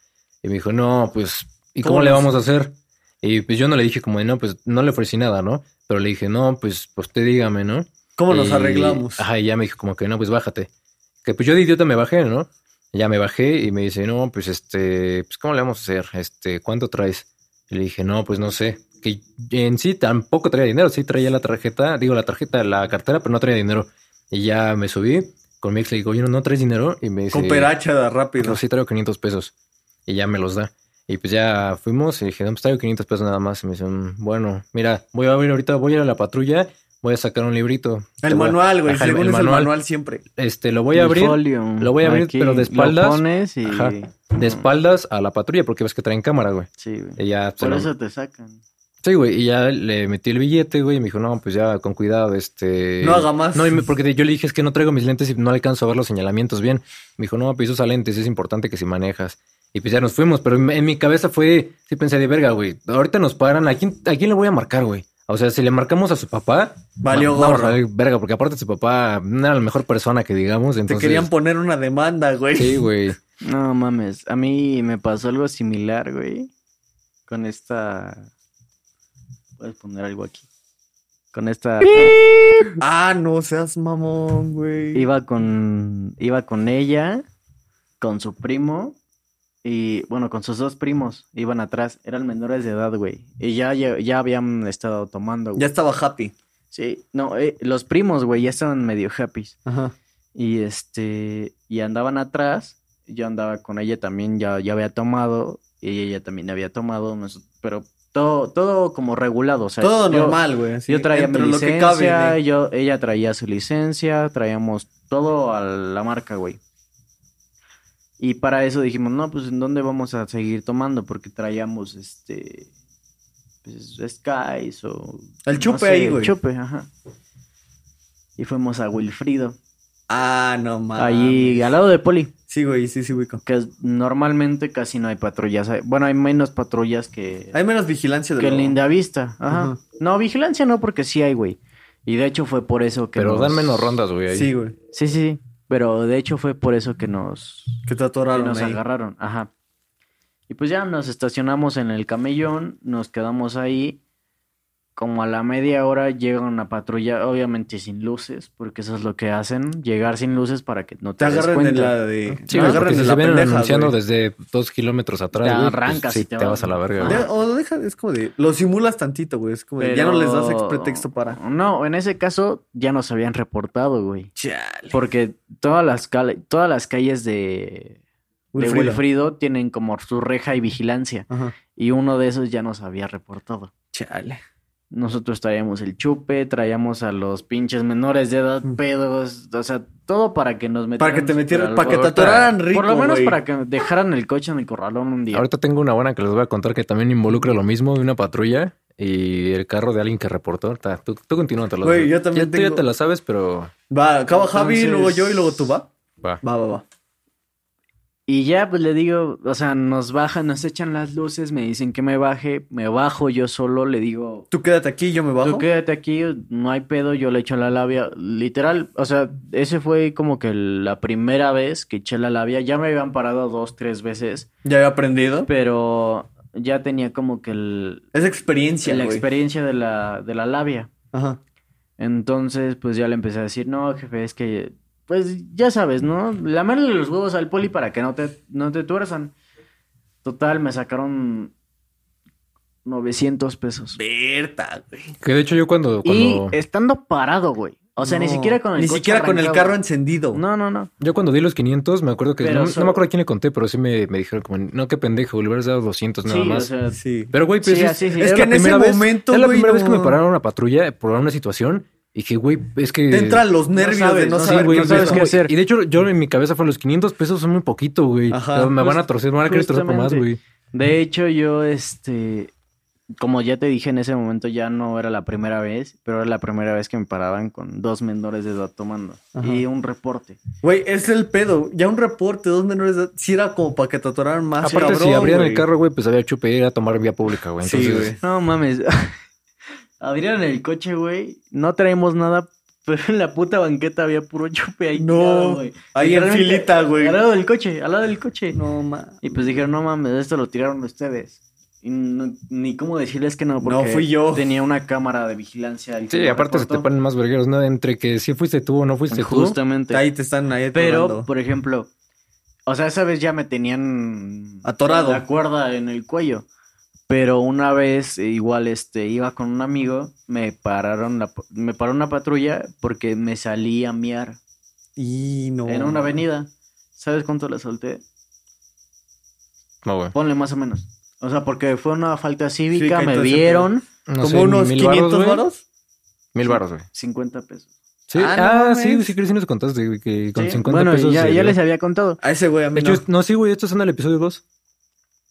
[SPEAKER 1] Y me dijo, no, pues, ¿y cómo
[SPEAKER 2] ¿Cómo
[SPEAKER 1] le
[SPEAKER 2] los-
[SPEAKER 1] vamos a hacer? Y pues yo no le dije como de, no, pues no le ofrecí nada, ¿no? Pero le dije, no, pues, pues usted dígame, ¿no?
[SPEAKER 2] ¿Cómo nos
[SPEAKER 1] Y-
[SPEAKER 2] arreglamos?
[SPEAKER 1] eh, Ajá, y ya me dijo como que, no, pues bájate. Que pues yo de idiota me bajé, ¿no? Ya me bajé y me dice, no, pues este, pues ¿cómo le vamos a hacer? Este, ¿cuánto traes? Y le dije, no, pues no sé. Que en sí tampoco traía dinero, sí traía la tarjeta, digo la tarjeta, la cartera, pero no traía dinero. Y ya me subí con mi ex, le digo, yo no, no traes dinero. Y me dice,
[SPEAKER 2] Con peracha
[SPEAKER 1] no,
[SPEAKER 2] rápido.
[SPEAKER 1] sí traigo 500 pesos. Y ya me los da. Y pues ya fuimos y dije, no, pues traigo 500 pesos nada más. Y me dicen, bueno, mira, voy a ver ahorita, voy a ir a la patrulla, voy a sacar un librito. Te
[SPEAKER 2] El
[SPEAKER 1] voy a-
[SPEAKER 2] manual, güey.
[SPEAKER 1] Ajá, el-
[SPEAKER 2] Según
[SPEAKER 1] el
[SPEAKER 2] es
[SPEAKER 1] manual.
[SPEAKER 2] el manual siempre.
[SPEAKER 1] Este, lo voy a
[SPEAKER 3] El
[SPEAKER 1] abrir
[SPEAKER 3] folio,
[SPEAKER 1] lo voy a abrir, pero de
[SPEAKER 3] lo
[SPEAKER 1] espaldas.
[SPEAKER 3] pones y-
[SPEAKER 1] Ajá, de espaldas a la patrulla porque ves que traen cámara, güey.
[SPEAKER 3] Sí, güey.
[SPEAKER 1] Y ya, pues,
[SPEAKER 3] Por
[SPEAKER 1] lo-
[SPEAKER 3] eso te sacan.
[SPEAKER 1] sí, güey. Y ya le metí el billete, güey, y me dijo, no, pues ya, con cuidado, este...
[SPEAKER 2] No haga más.
[SPEAKER 1] No, y me- porque te- yo le dije, es que no traigo mis lentes y no alcanzo a ver los señalamientos bien. Me dijo, no, pues usa lentes, es importante que si manejas. Y pues ya nos fuimos, pero en en mi cabeza fue, sí pensé de verga, güey. Ahorita nos paran, ¿a quién, ¿a quién le voy a marcar, güey? O sea, si le marcamos a su papá,
[SPEAKER 2] Valió
[SPEAKER 1] va- vamos a
[SPEAKER 2] gorro.
[SPEAKER 1] valer verga, porque aparte su papá no era la mejor persona que digamos,
[SPEAKER 2] Te
[SPEAKER 1] entonces...
[SPEAKER 2] querían poner una demanda, güey.
[SPEAKER 1] Sí, güey.
[SPEAKER 3] No mames, a mí me pasó algo similar, güey. Con esta. Puedes poner algo aquí. Con esta.
[SPEAKER 2] Ah, no seas mamón, güey.
[SPEAKER 3] Iba con. Iba con ella, con su primo. Y bueno, con sus dos primos iban atrás. Eran menores de edad, güey. Y ya, ya, ya habían estado tomando, güey.
[SPEAKER 2] Ya estaba happy.
[SPEAKER 3] Sí, no, eh, los primos, güey, ya estaban medio happy.
[SPEAKER 2] Ajá.
[SPEAKER 3] Y este, y andaban atrás, yo andaba con ella también, ya, ya había tomado, y ella también había tomado, nos- pero todo, todo como regulado, o sea,
[SPEAKER 2] Todo
[SPEAKER 3] yo,
[SPEAKER 2] normal, güey. así,
[SPEAKER 3] yo traía mi
[SPEAKER 2] entre lo que
[SPEAKER 3] licencia,
[SPEAKER 2] cabe, güey.
[SPEAKER 3] yo, ella traía su licencia, traíamos todo a la marca, güey. Y para eso dijimos, no, pues ¿en dónde vamos a seguir tomando? Porque traíamos este pues, Skies o
[SPEAKER 2] El
[SPEAKER 3] no
[SPEAKER 2] chupe
[SPEAKER 3] sé,
[SPEAKER 2] ahí,
[SPEAKER 3] el
[SPEAKER 2] güey.
[SPEAKER 3] Chupe, ajá. Y fuimos a Wilfrido.
[SPEAKER 2] Ah, no mames.
[SPEAKER 3] Allí, al lado de Poli,
[SPEAKER 2] Sí, güey, sí, sí, güey.
[SPEAKER 3] que es- normalmente casi no hay patrullas. Hay- Bueno, hay menos patrullas que,
[SPEAKER 2] Hay menos vigilancia de
[SPEAKER 3] que
[SPEAKER 2] lo-
[SPEAKER 3] en Lindavista. Ajá.
[SPEAKER 2] Ajá.
[SPEAKER 3] No, vigilancia no, porque sí hay, güey. Y de hecho fue por eso que
[SPEAKER 1] Pero
[SPEAKER 3] nos-
[SPEAKER 1] dan menos rondas, güey. ahí.
[SPEAKER 2] Sí, güey.
[SPEAKER 3] Sí, sí, sí. Pero de hecho fue por eso que nos,
[SPEAKER 2] Que te
[SPEAKER 3] que
[SPEAKER 2] atoraron
[SPEAKER 3] nos
[SPEAKER 2] ahí.
[SPEAKER 3] agarraron. Ajá. Y pues ya nos estacionamos en el camellón, nos quedamos ahí. Como a la media hora llega una patrulla, obviamente sin luces, porque eso es lo que hacen, llegar sin luces para que no te,
[SPEAKER 2] Te
[SPEAKER 3] des
[SPEAKER 2] agarran
[SPEAKER 3] cuenta.
[SPEAKER 2] en la de.
[SPEAKER 1] Sí,
[SPEAKER 2] te
[SPEAKER 1] güey,
[SPEAKER 2] agarran
[SPEAKER 1] porque
[SPEAKER 2] en
[SPEAKER 1] si
[SPEAKER 2] la
[SPEAKER 1] se vienen
[SPEAKER 2] pendeja,
[SPEAKER 1] anunciando
[SPEAKER 2] güey.
[SPEAKER 1] desde dos kilómetros atrás,
[SPEAKER 3] Te
[SPEAKER 1] güey, pues,
[SPEAKER 3] arrancas
[SPEAKER 1] sí,
[SPEAKER 3] y
[SPEAKER 1] te, vas a la verga.
[SPEAKER 3] Ah.
[SPEAKER 1] güey.
[SPEAKER 2] De- o deja, es como de. Lo simulas tantito, güey. Es como de. Ya no les das ex-
[SPEAKER 3] Pero-
[SPEAKER 2] pretexto para.
[SPEAKER 3] No, en ese caso ya nos habían reportado, güey.
[SPEAKER 2] Chale.
[SPEAKER 3] Porque todas las, cal- todas las calles de, de
[SPEAKER 2] Wilfrido.
[SPEAKER 3] Wilfrido tienen como su reja y vigilancia.
[SPEAKER 2] Ajá.
[SPEAKER 3] Y uno de esos ya nos había reportado.
[SPEAKER 2] Chale.
[SPEAKER 3] Nosotros traíamos el chupe, traíamos a los pinches menores de edad,
[SPEAKER 2] Mm.
[SPEAKER 3] pedos, o sea, todo para que nos metieran.
[SPEAKER 2] Para que te metieran.
[SPEAKER 3] al-
[SPEAKER 2] Para que te
[SPEAKER 1] ahorita-
[SPEAKER 2] atoraran rico.
[SPEAKER 3] Por lo menos
[SPEAKER 2] güey.
[SPEAKER 3] para que dejaran el coche en el corralón un día.
[SPEAKER 1] Ahorita tengo una buena que les voy a contar que también involucra lo mismo de una patrulla y el carro de alguien que reportó. Ta, tú, tú continúa, te lo
[SPEAKER 2] Güey, yo también
[SPEAKER 1] ya, Tú ya
[SPEAKER 2] tengo-
[SPEAKER 1] te la sabes, pero
[SPEAKER 2] Va, acaba Javi,
[SPEAKER 3] Entonces-
[SPEAKER 2] luego yo y luego tú, ¿va?
[SPEAKER 1] va.
[SPEAKER 2] Va, va, va.
[SPEAKER 3] Y ya, pues le digo, o sea, nos bajan, nos echan las luces, me dicen que me baje, me bajo yo solo, le digo,
[SPEAKER 2] Tú quédate aquí, yo me bajo.
[SPEAKER 3] tú quédate aquí, no hay pedo, yo le echo la labia. Literal, o sea, ese fue como que la primera vez que eché la labia, ya me habían parado dos, tres veces,
[SPEAKER 2] Ya había aprendido.
[SPEAKER 3] pero ya tenía como que el-
[SPEAKER 2] Es experiencia,
[SPEAKER 3] la
[SPEAKER 2] güey.
[SPEAKER 3] experiencia de la, de la labia.
[SPEAKER 2] Ajá.
[SPEAKER 3] Entonces, pues ya le empecé a decir, no, jefe, es que, pues ya sabes, ¿no? Lamerle los huevos al poli para que no te, no te tuerzan. Total, me sacaron 900 pesos.
[SPEAKER 2] Berta, güey.
[SPEAKER 1] Que de hecho yo cuando...
[SPEAKER 3] Y
[SPEAKER 1] cuando
[SPEAKER 3] estando parado, güey. O sea, ni
[SPEAKER 2] No,
[SPEAKER 3] siquiera con el
[SPEAKER 2] Ni
[SPEAKER 3] coche
[SPEAKER 2] siquiera con el
[SPEAKER 3] arrancado.
[SPEAKER 2] carro encendido.
[SPEAKER 3] No, no, no.
[SPEAKER 1] Yo cuando di los 500 me acuerdo que...
[SPEAKER 3] Pero
[SPEAKER 1] No, no
[SPEAKER 3] solo-
[SPEAKER 1] me acuerdo a quién le conté, pero sí me, me dijeron como... No, qué pendejo, le hubieras dado 200 nada
[SPEAKER 3] sí,
[SPEAKER 1] más.
[SPEAKER 3] o sea,
[SPEAKER 2] Sí.
[SPEAKER 1] Pero güey, pues
[SPEAKER 3] Sí,
[SPEAKER 1] es-
[SPEAKER 3] así, sí.
[SPEAKER 1] era
[SPEAKER 3] Es
[SPEAKER 2] que
[SPEAKER 1] la
[SPEAKER 2] en ese
[SPEAKER 1] primera vez-
[SPEAKER 2] momento,
[SPEAKER 1] Es la
[SPEAKER 2] güey,
[SPEAKER 1] primera vez que me
[SPEAKER 2] no.
[SPEAKER 1] pararon una patrulla por una situación y que güey, es que...
[SPEAKER 2] Te entran los nervios de
[SPEAKER 3] sabes,
[SPEAKER 2] no
[SPEAKER 3] no
[SPEAKER 2] saber
[SPEAKER 1] güey,
[SPEAKER 2] qué
[SPEAKER 1] o sea,
[SPEAKER 3] sabes
[SPEAKER 1] es
[SPEAKER 2] pedo.
[SPEAKER 3] qué
[SPEAKER 1] como-
[SPEAKER 3] hacer.
[SPEAKER 1] Y de hecho, yo en mi cabeza fue los 500 pesos son muy poquito, güey.
[SPEAKER 2] Ajá.
[SPEAKER 1] O sea, me van a
[SPEAKER 3] Just-
[SPEAKER 1] torcer, me van a querer torcer por más,
[SPEAKER 3] justamente.
[SPEAKER 1] güey.
[SPEAKER 3] De hecho, yo, este, como ya te dije en ese momento, ya no era la primera vez, pero era la primera vez que me paraban con dos menores de edad tomando
[SPEAKER 2] Ajá.
[SPEAKER 3] y un reporte.
[SPEAKER 2] Güey, es el pedo. Ya un reporte, dos menores de edad, sí era como para que te atoraran más.
[SPEAKER 1] Aparte,
[SPEAKER 2] Ah, cabrón,
[SPEAKER 1] si abrían
[SPEAKER 2] güey.
[SPEAKER 1] el carro, güey, pues había chupe ir a tomar vía pública, güey.
[SPEAKER 2] Sí,
[SPEAKER 1] Entonces,
[SPEAKER 2] güey.
[SPEAKER 3] No mames. Abrieron el coche, güey. No traemos nada, pero en la puta banqueta había puro chupe ahí.
[SPEAKER 2] No,
[SPEAKER 3] tirado, güey.
[SPEAKER 2] ahí en
[SPEAKER 3] Literalmente,
[SPEAKER 2] filita, güey.
[SPEAKER 3] Al lado del coche, al lado del coche.
[SPEAKER 2] No, ma.
[SPEAKER 3] Y pues dijeron, no mames, esto lo tiraron ustedes. Y no- ni cómo decirles que no, porque
[SPEAKER 2] No fui yo.
[SPEAKER 3] tenía una cámara de vigilancia. el que
[SPEAKER 1] Sí,
[SPEAKER 3] lo
[SPEAKER 1] aparte se te este
[SPEAKER 3] reportó.
[SPEAKER 1] ponen más vergueros, ¿no? Entre que si fuiste tú o no fuiste tú.
[SPEAKER 3] Justamente.
[SPEAKER 2] Ahí te están ahí
[SPEAKER 3] Pero,
[SPEAKER 2] atorando.
[SPEAKER 3] por ejemplo, o sea, esa vez ya me tenían
[SPEAKER 2] Atorado.
[SPEAKER 3] la cuerda en el cuello. Pero una vez, eh, igual, este, iba con un amigo, me pararon la, me paró una patrulla porque me salí a miar
[SPEAKER 2] Y no.
[SPEAKER 3] en una avenida. ¿Sabes cuánto le solté?
[SPEAKER 1] No, güey.
[SPEAKER 3] Ponle más o menos. O sea, porque fue una falta cívica,
[SPEAKER 2] que
[SPEAKER 3] me
[SPEAKER 2] entonces-
[SPEAKER 3] vieron
[SPEAKER 1] No
[SPEAKER 2] Como
[SPEAKER 1] sé,
[SPEAKER 2] unos
[SPEAKER 1] mil varos,
[SPEAKER 2] 500
[SPEAKER 1] güey.
[SPEAKER 2] varos.
[SPEAKER 1] Mil baros, güey.
[SPEAKER 3] 50 pesos.
[SPEAKER 1] Sí.
[SPEAKER 2] Ah, no
[SPEAKER 1] Ah,
[SPEAKER 2] mames.
[SPEAKER 1] sí, sí, que sí nos contaste güey, que con
[SPEAKER 3] Sí.
[SPEAKER 1] 50
[SPEAKER 3] bueno,
[SPEAKER 1] pesos.
[SPEAKER 3] ya,
[SPEAKER 1] se
[SPEAKER 3] ya
[SPEAKER 1] dio.
[SPEAKER 3] les había contado.
[SPEAKER 2] A ese güey, a mí
[SPEAKER 1] De
[SPEAKER 2] no.
[SPEAKER 1] hecho, no, sí, güey, estos son el episodio 2.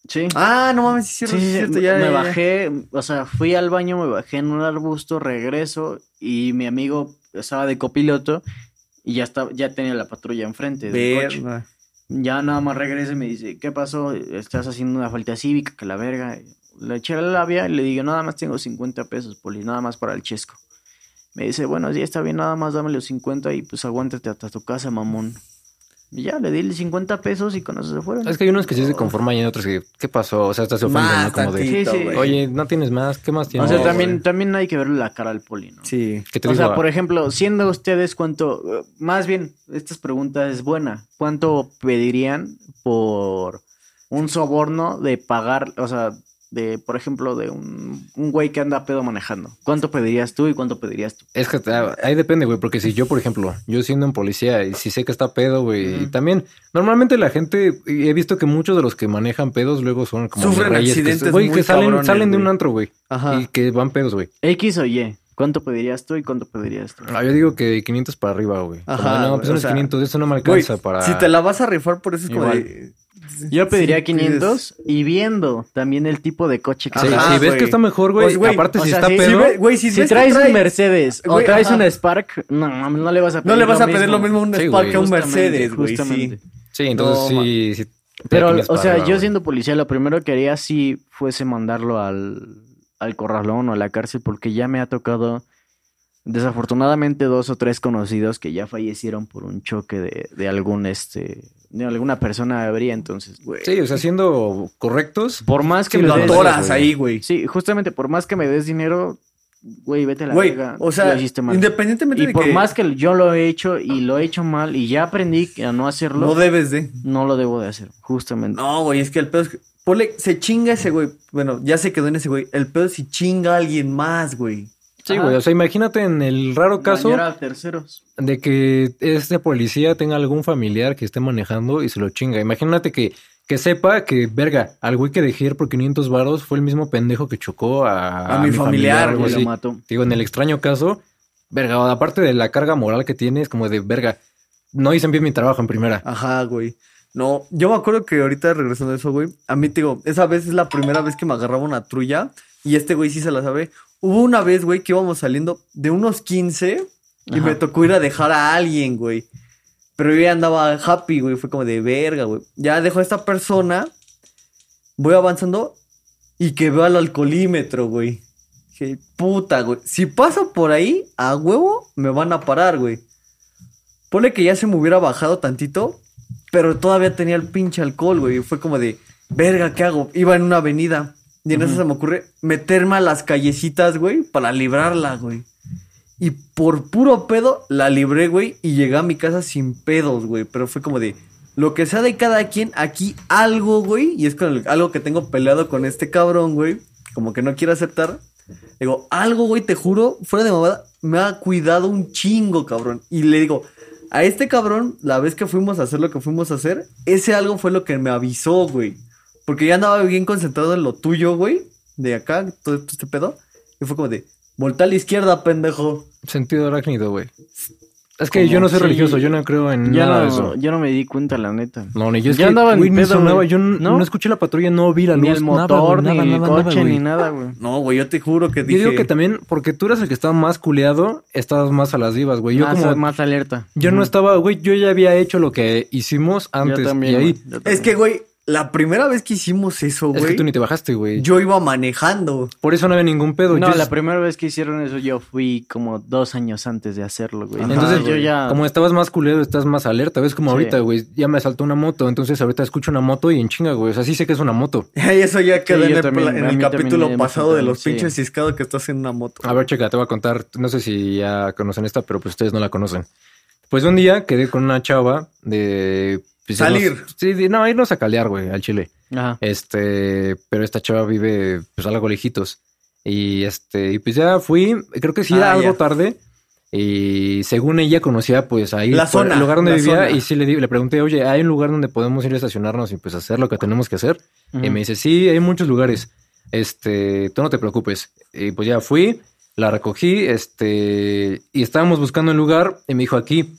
[SPEAKER 3] Sí.
[SPEAKER 2] Ah, no mames, sí, es cierto,
[SPEAKER 3] Sí,
[SPEAKER 2] sí,
[SPEAKER 3] sí,
[SPEAKER 2] es cierto.
[SPEAKER 3] sí,
[SPEAKER 2] Ya,
[SPEAKER 3] me
[SPEAKER 2] ya, ya.
[SPEAKER 3] bajé, o sea, fui al baño, me bajé en un arbusto, regreso y mi amigo estaba de copiloto y ya estaba, ya tenía la patrulla enfrente del coche.
[SPEAKER 2] Verga.
[SPEAKER 3] Ya nada más regresa y me dice, ¿qué pasó? Estás haciendo una falta cívica, que la verga. Le eché la labia y le digo, nada más tengo 50 pesos, poli, nada más para el chesco. Me dice, bueno, ya está bien, nada más dame los 50 y pues aguántate hasta tu casa, mamón. Y ya, le di los 50 pesos y con eso se fueron.
[SPEAKER 1] Es que hay unos que sí se
[SPEAKER 3] Oh.
[SPEAKER 1] conforman y hay otros que, ¿qué pasó? O sea, hasta se ofenden,
[SPEAKER 2] Más
[SPEAKER 1] ¿no? Como de,
[SPEAKER 2] tantito,
[SPEAKER 3] Sí, sí.
[SPEAKER 2] güey.
[SPEAKER 1] oye, no tienes más, ¿qué más
[SPEAKER 3] o
[SPEAKER 1] tienes?
[SPEAKER 3] sea,
[SPEAKER 2] No,
[SPEAKER 3] también,
[SPEAKER 2] güey.
[SPEAKER 3] también hay que verle la cara al poli, ¿no?
[SPEAKER 2] Sí.
[SPEAKER 1] ¿Qué te
[SPEAKER 3] o
[SPEAKER 1] digo? ah,
[SPEAKER 3] sea, por ejemplo, siendo ustedes cuánto, más bien, esta pregunta es buena, ¿cuánto pedirían por un soborno de pagar, o sea, de, por ejemplo, de un, un güey que anda pedo manejando? ¿Cuánto pedirías tú y cuánto pedirías tú?
[SPEAKER 1] Es que ah, ahí depende, güey, porque si yo, por ejemplo, yo siendo un policía y si sé que está pedo, güey, y
[SPEAKER 3] Ujú.
[SPEAKER 1] también, normalmente la gente, y he visto que muchos de los que manejan pedos luego son como...
[SPEAKER 2] Sufren
[SPEAKER 1] reyes que-
[SPEAKER 2] accidentes
[SPEAKER 1] Güey,
[SPEAKER 2] muy
[SPEAKER 1] que salen,
[SPEAKER 2] cabrones,
[SPEAKER 1] salen de un
[SPEAKER 2] güey.
[SPEAKER 1] antro, güey,
[SPEAKER 2] Ajá.
[SPEAKER 1] y que van pedos, güey.
[SPEAKER 3] X o Y, ¿cuánto pedirías tú y cuánto pedirías tú?
[SPEAKER 1] Ah, yo digo que 500 para arriba, güey. Como
[SPEAKER 2] Ajá,
[SPEAKER 1] de, no,
[SPEAKER 2] güey,
[SPEAKER 1] pues
[SPEAKER 2] o
[SPEAKER 1] unos
[SPEAKER 2] sea,
[SPEAKER 1] 500, eso no me
[SPEAKER 2] Güey,
[SPEAKER 1] alcanza para...
[SPEAKER 2] Si te la vas a rifar, por eso es como
[SPEAKER 1] Igual.
[SPEAKER 2] de-
[SPEAKER 3] Yo pediría
[SPEAKER 2] Sí, pues.
[SPEAKER 3] 500 y viendo también el tipo de coche que
[SPEAKER 1] Sí,
[SPEAKER 2] Ajá,
[SPEAKER 1] si ves
[SPEAKER 2] güey.
[SPEAKER 1] que está mejor, güey,
[SPEAKER 2] Pues, güey,
[SPEAKER 1] aparte
[SPEAKER 3] o
[SPEAKER 1] si
[SPEAKER 3] sea,
[SPEAKER 1] está
[SPEAKER 3] sí,
[SPEAKER 2] Si
[SPEAKER 1] pedo...
[SPEAKER 2] ve- Güey, si,
[SPEAKER 3] Si
[SPEAKER 2] ves que
[SPEAKER 3] traes
[SPEAKER 2] trae-
[SPEAKER 3] un Mercedes o
[SPEAKER 2] Güey,
[SPEAKER 3] traes
[SPEAKER 2] ajá.
[SPEAKER 3] un Spark, no, no, no le vas a pedir
[SPEAKER 2] No le vas a pedir
[SPEAKER 3] mismo.
[SPEAKER 2] lo mismo a un
[SPEAKER 1] Sí,
[SPEAKER 2] Spark
[SPEAKER 1] güey.
[SPEAKER 2] que a un
[SPEAKER 3] Justamente,
[SPEAKER 2] Mercedes, güey. Sí.
[SPEAKER 3] justamente.
[SPEAKER 1] Sí, entonces
[SPEAKER 2] No,
[SPEAKER 1] sí, sí...
[SPEAKER 3] Pero,
[SPEAKER 1] 500
[SPEAKER 3] o
[SPEAKER 1] para
[SPEAKER 3] sea,
[SPEAKER 1] arriba,
[SPEAKER 3] yo
[SPEAKER 1] güey.
[SPEAKER 3] siendo policía, lo primero que haría si fuese mandarlo al, al corralón o a la cárcel, porque ya me ha tocado, desafortunadamente, dos o tres conocidos que ya fallecieron por un choque de, de algún, este, de alguna persona habría, entonces, güey.
[SPEAKER 1] Sí, o sea, siendo correctos...
[SPEAKER 3] Por más que
[SPEAKER 1] Sí,
[SPEAKER 3] me
[SPEAKER 2] Lo
[SPEAKER 1] Mercedes,
[SPEAKER 3] des...
[SPEAKER 2] atoras
[SPEAKER 1] güey.
[SPEAKER 2] ahí, güey.
[SPEAKER 3] Sí, justamente, por más que me des dinero, güey, vete a la
[SPEAKER 2] Güey,
[SPEAKER 3] verga,
[SPEAKER 2] o sea,
[SPEAKER 3] lo hiciste mal.
[SPEAKER 2] independientemente
[SPEAKER 3] Y
[SPEAKER 2] de
[SPEAKER 3] por
[SPEAKER 2] que
[SPEAKER 3] más que yo lo he hecho y lo he hecho mal y ya aprendí a no hacerlo,
[SPEAKER 2] no
[SPEAKER 3] no,
[SPEAKER 2] debes de.
[SPEAKER 3] lo debo de hacer, justamente.
[SPEAKER 2] No, güey, es que el pedo es que... Ponle, se chinga ese güey. Bueno, ya se quedó en ese güey. El pedo es si chinga a alguien más, güey.
[SPEAKER 1] Sí, güey. O sea, imagínate en el raro caso
[SPEAKER 3] Dañar a terceros.
[SPEAKER 1] de que este policía tenga algún familiar que esté manejando y se lo chinga. Imagínate que, que sepa que, verga, al güey que dejé ir por 500 varos fue el mismo pendejo que chocó a,
[SPEAKER 2] A mi familiar,
[SPEAKER 1] algo
[SPEAKER 2] güey,
[SPEAKER 3] Y lo
[SPEAKER 1] así. Mm,
[SPEAKER 3] mató.
[SPEAKER 1] Digo, en el extraño caso, verga, aparte de la carga moral que tiene, es como de, verga, no hice bien mi trabajo en primera.
[SPEAKER 2] Ajá, güey. No, yo me acuerdo que ahorita regresando a eso, güey. A mí, te digo, esa vez es la primera vez que me agarraba una trulla. Y este güey sí se la sabe. Hubo una vez, güey, que íbamos saliendo de unos 15 y
[SPEAKER 3] Ajá.
[SPEAKER 2] me tocó ir a dejar a alguien, güey. Pero yo ya andaba happy, güey. Fue como de verga, güey. Ya dejo a esta persona. Voy avanzando y que veo al alcoholímetro, güey. Dije, puta, güey. Si paso por ahí, a huevo, me van a parar, güey. Ponle que ya se me hubiera bajado tantito, pero todavía tenía el pinche alcohol, güey. Y Fue como de, verga, ¿qué hago? Iba en una avenida. Y en eso
[SPEAKER 3] Ujú.
[SPEAKER 2] se me ocurre meterme a las callecitas, güey, para librarla, güey. Y por puro pedo la libré, güey, y llegué a mi casa sin pedos, güey. Pero fue como de, lo que sea de cada quien, aquí algo, güey. Y es con el- algo que tengo peleado con este cabrón, güey. Como que no quiere aceptar. Digo, algo, güey, te juro, fuera de mamada, me ha cuidado un chingo, cabrón. Y le digo, a este cabrón, la vez que fuimos a hacer lo que fuimos a hacer, ese algo fue lo que me avisó, güey. Porque ya andaba bien concentrado en lo tuyo, güey. De acá, todo todo este pedo. Y fue como de, volta a la izquierda, pendejo.
[SPEAKER 1] Sentido arácnido, güey. Es que
[SPEAKER 3] Como-
[SPEAKER 1] yo no soy
[SPEAKER 3] sí.
[SPEAKER 1] religioso, yo no creo en
[SPEAKER 3] Ya
[SPEAKER 1] nada de
[SPEAKER 3] no,
[SPEAKER 1] eso.
[SPEAKER 3] yo no me di cuenta, la neta.
[SPEAKER 1] No, ni yo es
[SPEAKER 3] Ya
[SPEAKER 1] que,
[SPEAKER 3] andaba en
[SPEAKER 1] güey, ni
[SPEAKER 3] pedo,
[SPEAKER 1] sonaba,
[SPEAKER 3] güey.
[SPEAKER 1] yo n-
[SPEAKER 3] ¿No?
[SPEAKER 1] no escuché la patrulla, no vi la luz,
[SPEAKER 3] ni el
[SPEAKER 1] nada,
[SPEAKER 3] motor,
[SPEAKER 1] nada,
[SPEAKER 3] ni el
[SPEAKER 1] nada, nada,
[SPEAKER 3] coche,
[SPEAKER 1] güey.
[SPEAKER 3] ni nada, güey.
[SPEAKER 2] No, güey, yo te juro que dije.
[SPEAKER 1] Yo digo que también, porque tú eras el que estaba más culeado, estabas más a las divas, güey. Yo
[SPEAKER 3] más,
[SPEAKER 1] como...
[SPEAKER 3] Ah, más alerta.
[SPEAKER 1] Yo no
[SPEAKER 3] Ujú.
[SPEAKER 1] estaba, güey, yo ya había hecho lo que hicimos antes.
[SPEAKER 3] Yo también,
[SPEAKER 1] y ahí...
[SPEAKER 3] güey, yo
[SPEAKER 2] Es
[SPEAKER 3] también.
[SPEAKER 2] que, güey, la primera vez que hicimos eso,
[SPEAKER 1] Es que
[SPEAKER 2] güey,
[SPEAKER 1] tú ni te bajaste, güey.
[SPEAKER 2] yo iba manejando.
[SPEAKER 1] Por eso no había ningún pedo.
[SPEAKER 3] No,
[SPEAKER 1] Yo-
[SPEAKER 3] la primera vez que hicieron eso yo fui como dos años antes de hacerlo, güey.
[SPEAKER 2] Ajá,
[SPEAKER 3] Entonces yo
[SPEAKER 2] güey.
[SPEAKER 3] ya...
[SPEAKER 1] Como estabas más culero, estás más alerta. Ves como
[SPEAKER 3] Sí.
[SPEAKER 1] ahorita, güey, ya me asaltó una moto. Entonces ahorita escucho una moto y en chinga, güey. O sea, sí sé que es una moto.
[SPEAKER 2] Y eso ya quedó
[SPEAKER 3] yo
[SPEAKER 2] en el,
[SPEAKER 3] también,
[SPEAKER 2] pla- en
[SPEAKER 3] a
[SPEAKER 2] el
[SPEAKER 3] mí también
[SPEAKER 2] capítulo
[SPEAKER 3] me
[SPEAKER 2] pasado de los
[SPEAKER 3] sí.
[SPEAKER 2] pinches ciscados que estás en una moto.
[SPEAKER 1] A ver, checa, te voy a contar. No sé si ya conocen esta, pero pues ustedes no la conocen. Pues un día quedé con una chava de... pues,
[SPEAKER 2] Salir.
[SPEAKER 1] irnos- sí, de- no, irnos a calear, güey, al Chile.
[SPEAKER 3] Ajá.
[SPEAKER 1] Este, pero esta chava vive pues algo lejitos. Y este, y pues ya fui, creo que sí era
[SPEAKER 2] Ah,
[SPEAKER 1] algo
[SPEAKER 2] ya.
[SPEAKER 1] tarde. Y según ella conocía pues ahí
[SPEAKER 2] La
[SPEAKER 1] por
[SPEAKER 2] zona,
[SPEAKER 1] el lugar donde
[SPEAKER 2] la
[SPEAKER 1] vivía
[SPEAKER 2] zona.
[SPEAKER 1] y sí le, di- le pregunté, oye, ¿hay un lugar donde podemos ir a estacionarnos y pues hacer lo que tenemos que hacer? Y
[SPEAKER 3] Ujú.
[SPEAKER 1] me dice, sí, hay muchos lugares. Este, tú no te preocupes. Y pues ya fui, la recogí, este, y estábamos buscando un lugar y me dijo aquí.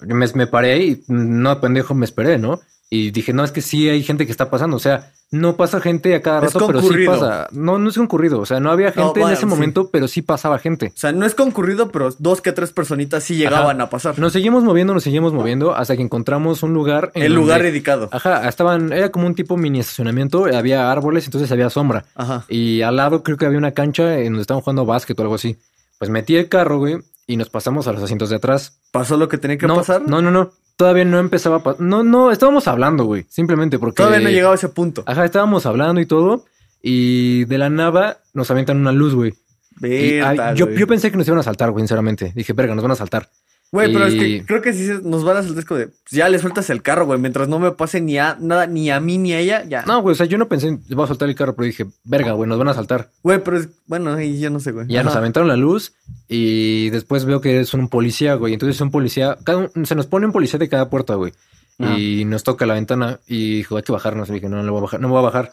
[SPEAKER 1] Me, me paré y no, pendejo, me esperé, ¿no? Y dije, no, es que sí hay gente que está pasando. O sea, no pasa gente a cada
[SPEAKER 2] Es
[SPEAKER 1] rato, pero sí
[SPEAKER 2] concurrido.
[SPEAKER 1] pasa. No, no es concurrido. O sea, no había
[SPEAKER 2] No,
[SPEAKER 1] gente en
[SPEAKER 2] bueno,
[SPEAKER 1] ese
[SPEAKER 2] sí.
[SPEAKER 1] momento, pero sí pasaba gente.
[SPEAKER 2] O sea, no es concurrido, pero dos que tres personitas sí llegaban a pasar.
[SPEAKER 1] Nos seguimos moviendo, nos seguimos moviendo hasta que encontramos un lugar. en
[SPEAKER 2] el lugar
[SPEAKER 1] donde-
[SPEAKER 2] dedicado.
[SPEAKER 1] Ajá, estaban, era como un tipo mini estacionamiento, había árboles, entonces había sombra.
[SPEAKER 2] Ajá.
[SPEAKER 1] Y al lado creo que había una cancha en donde estaban jugando básquet o algo así. Pues metí el carro, güey, y nos pasamos a los asientos de atrás.
[SPEAKER 2] ¿Pasó lo que tenía que
[SPEAKER 1] no,
[SPEAKER 2] pasar?
[SPEAKER 1] No, no, no. Todavía no empezaba a pasar. No, no, estábamos hablando, güey. Simplemente porque.
[SPEAKER 2] Todavía no llegaba a ese punto.
[SPEAKER 1] Ajá, estábamos hablando y todo. Y de la nava nos avientan una luz, güey. Y, ay,
[SPEAKER 2] Verga,
[SPEAKER 1] yo,
[SPEAKER 2] güey.
[SPEAKER 1] yo pensé que nos iban a saltar, güey, sinceramente. Dije, verga, nos van a saltar.
[SPEAKER 2] Güey, pero es
[SPEAKER 1] y-
[SPEAKER 2] que creo que sí se- nos van a soltar es como de, pues, ya le sueltas el carro, güey, mientras no me pase ni a nada, ni a mí ni a ella, ya.
[SPEAKER 1] No, güey, o sea, yo no pensé, voy a soltar el carro, pero dije, verga, güey, nos van a saltar.
[SPEAKER 2] Güey, pero es, bueno, ahí ya no sé, güey.
[SPEAKER 1] Ya nos
[SPEAKER 2] Ajá.
[SPEAKER 1] aventaron la luz y después veo que es un policía, güey. Entonces un policía, cada un- se nos pone un policía de cada puerta, güey.
[SPEAKER 3] Ajá.
[SPEAKER 1] Y nos toca la ventana y dijo, hay que bajarnos. Le dije, no, no, le voy a bajar, no me voy a bajar.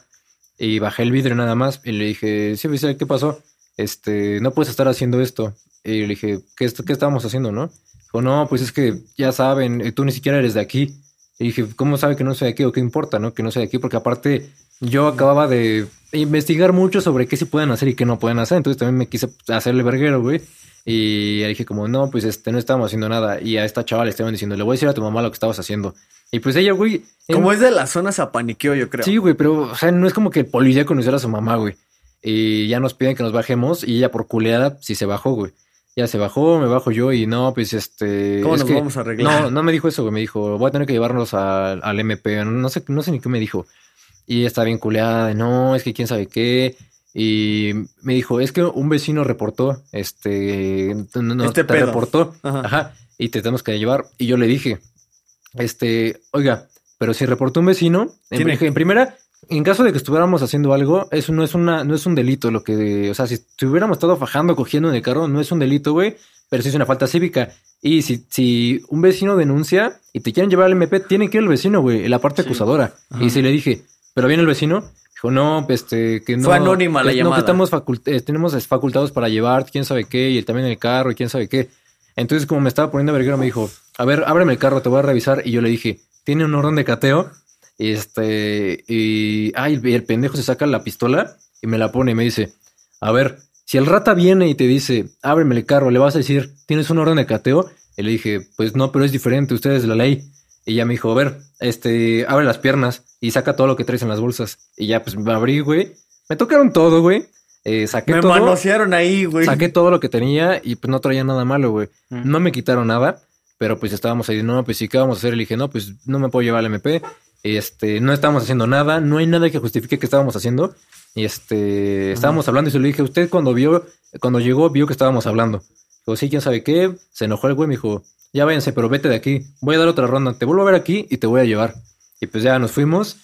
[SPEAKER 1] Y bajé el vidrio nada más y le dije, sí, oficial, ¿qué pasó? Este, no puedes estar haciendo esto. Y le dije, ¿qué, est- qué estábamos haciendo, no? Dijo, no, pues es que ya saben, eh, tú ni siquiera eres de aquí. Y dije, ¿cómo sabe que no soy de aquí o qué importa, no? Que no soy de aquí, porque aparte yo acababa de investigar mucho sobre qué sí pueden hacer y qué no pueden hacer. Entonces también me quise hacerle verguero, güey. Y le dije como, no, pues este, no estábamos haciendo nada. Y a esta chava le estaban diciendo, le voy a decir a tu mamá lo que estabas haciendo. Y pues ella, güey... en-
[SPEAKER 2] Como es de la zona, se apaniqueó, yo creo.
[SPEAKER 1] Sí, güey, pero, o sea, no es como que el policía conociera a su mamá, güey. Y ya nos piden que nos bajemos y ella por culeada sí se bajó, güey. Ya se bajó, me bajo yo y no, pues este...
[SPEAKER 2] ¿Cómo
[SPEAKER 1] es
[SPEAKER 2] nos
[SPEAKER 1] que-
[SPEAKER 2] vamos a arreglar?
[SPEAKER 1] no, no me dijo eso, güey. Me dijo, voy a tener que llevarnos al- al MP. No sé, no sé ni qué me dijo. Y está bien culeada. de, No, es que quién sabe qué. Y me dijo, es que un vecino reportó, este, no, no,
[SPEAKER 2] Este
[SPEAKER 1] te
[SPEAKER 2] pedo.
[SPEAKER 1] reportó,
[SPEAKER 2] Ajá.
[SPEAKER 1] ajá, y te tenemos que llevar. Y yo le dije, este, oiga, pero si reportó un vecino, en,
[SPEAKER 2] Tiene-
[SPEAKER 1] pri- en primera, en caso de que estuviéramos haciendo algo, eso no es una, no es un delito, lo que, o sea, si hubiéramos estado fajando, cogiendo en el carro, no es un delito, güey, pero sí es una falta cívica. Y si, si un vecino denuncia y te quieren llevar al MP, tiene que ir el vecino, güey, la parte
[SPEAKER 3] Sí.
[SPEAKER 1] acusadora.
[SPEAKER 2] Ajá.
[SPEAKER 1] Y si le dije, pero viene el vecino, dijo, no, pues, este, que no.
[SPEAKER 2] Fue anónima la
[SPEAKER 1] que- No,
[SPEAKER 2] llamada.
[SPEAKER 1] que estamos facult- eh, tenemos es- facultados para llevar, quién sabe qué, y él también en el carro, y quién sabe qué. Entonces, como me estaba poniendo verguero, me dijo, a ver, ábreme el carro, te voy a revisar. Y yo le dije, tiene un orden de cateo. Y este, y, ay, el, el pendejo se saca la pistola y me la pone y me dice, a ver, si el rata viene y te dice, ábreme el carro, le vas a decir, ¿tienes un orden de cateo? Y le dije, pues no, pero es diferente, ustedes la ley. Y ya me dijo, a ver, este, abre las piernas y saca todo lo que traes en las bolsas. Y ya, pues me abrí, güey. Me tocaron todo, güey. Eh, saqué
[SPEAKER 2] Me
[SPEAKER 1] todo.
[SPEAKER 2] manosearon ahí, güey.
[SPEAKER 1] Saqué todo lo que tenía y pues no traía nada malo, güey. No me quitaron nada, pero pues estábamos ahí, no, pues sí, ¿qué vamos a hacer? Le dije, no, pues no me puedo llevar al MP. Este, no estábamos haciendo nada, no hay nada que justifique que estábamos haciendo. Y este, estábamos hablando y se lo dije, usted cuando vio, cuando llegó, vio que estábamos hablando. Digo, sí, quién sabe qué. Se enojó el güey, me dijo, ya váyanse, pero vete de aquí. Voy a dar otra ronda, te vuelvo a ver aquí y te voy a llevar. Y pues ya nos fuimos.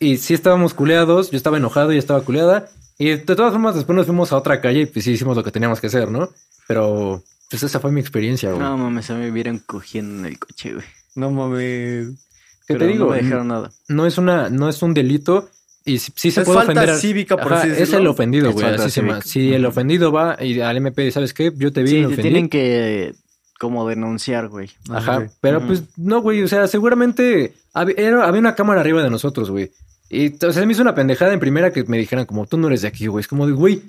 [SPEAKER 1] Y sí estábamos culeados, yo estaba enojado y estaba culeada. Y de todas formas, después nos fuimos a otra calle y pues sí hicimos lo que teníamos que hacer, ¿no? Pero pues esa fue mi experiencia, güey.
[SPEAKER 3] No mames, se me vieron cogiendo en el coche, güey.
[SPEAKER 2] No mames.
[SPEAKER 1] ¿Qué te
[SPEAKER 3] Pero
[SPEAKER 1] digo?
[SPEAKER 3] No me dejaron nada.
[SPEAKER 1] No es una, no es un delito y sí, sí se
[SPEAKER 2] es
[SPEAKER 1] puede
[SPEAKER 2] falta
[SPEAKER 1] ofender. al-
[SPEAKER 2] cívica, por
[SPEAKER 1] Ajá,
[SPEAKER 2] así
[SPEAKER 1] es
[SPEAKER 2] decirlo.
[SPEAKER 1] el ofendido,
[SPEAKER 3] Es
[SPEAKER 1] güey.
[SPEAKER 3] falta
[SPEAKER 1] así se llama.
[SPEAKER 3] cívica.
[SPEAKER 1] Si el ofendido va y al MP, ¿sabes qué? Yo te vi,
[SPEAKER 3] Sí,
[SPEAKER 1] me
[SPEAKER 3] te
[SPEAKER 1] ofendí.
[SPEAKER 3] tienen que eh, como denunciar, güey.
[SPEAKER 1] Ajá,
[SPEAKER 2] Ok.
[SPEAKER 1] pero
[SPEAKER 3] Ujú.
[SPEAKER 1] pues no, güey, o sea, seguramente hab- era- había una cámara arriba de nosotros, güey. Y t- o sea, me hizo una pendejada en primera que me dijeran como, tú no eres de aquí, güey. Es como de, güey,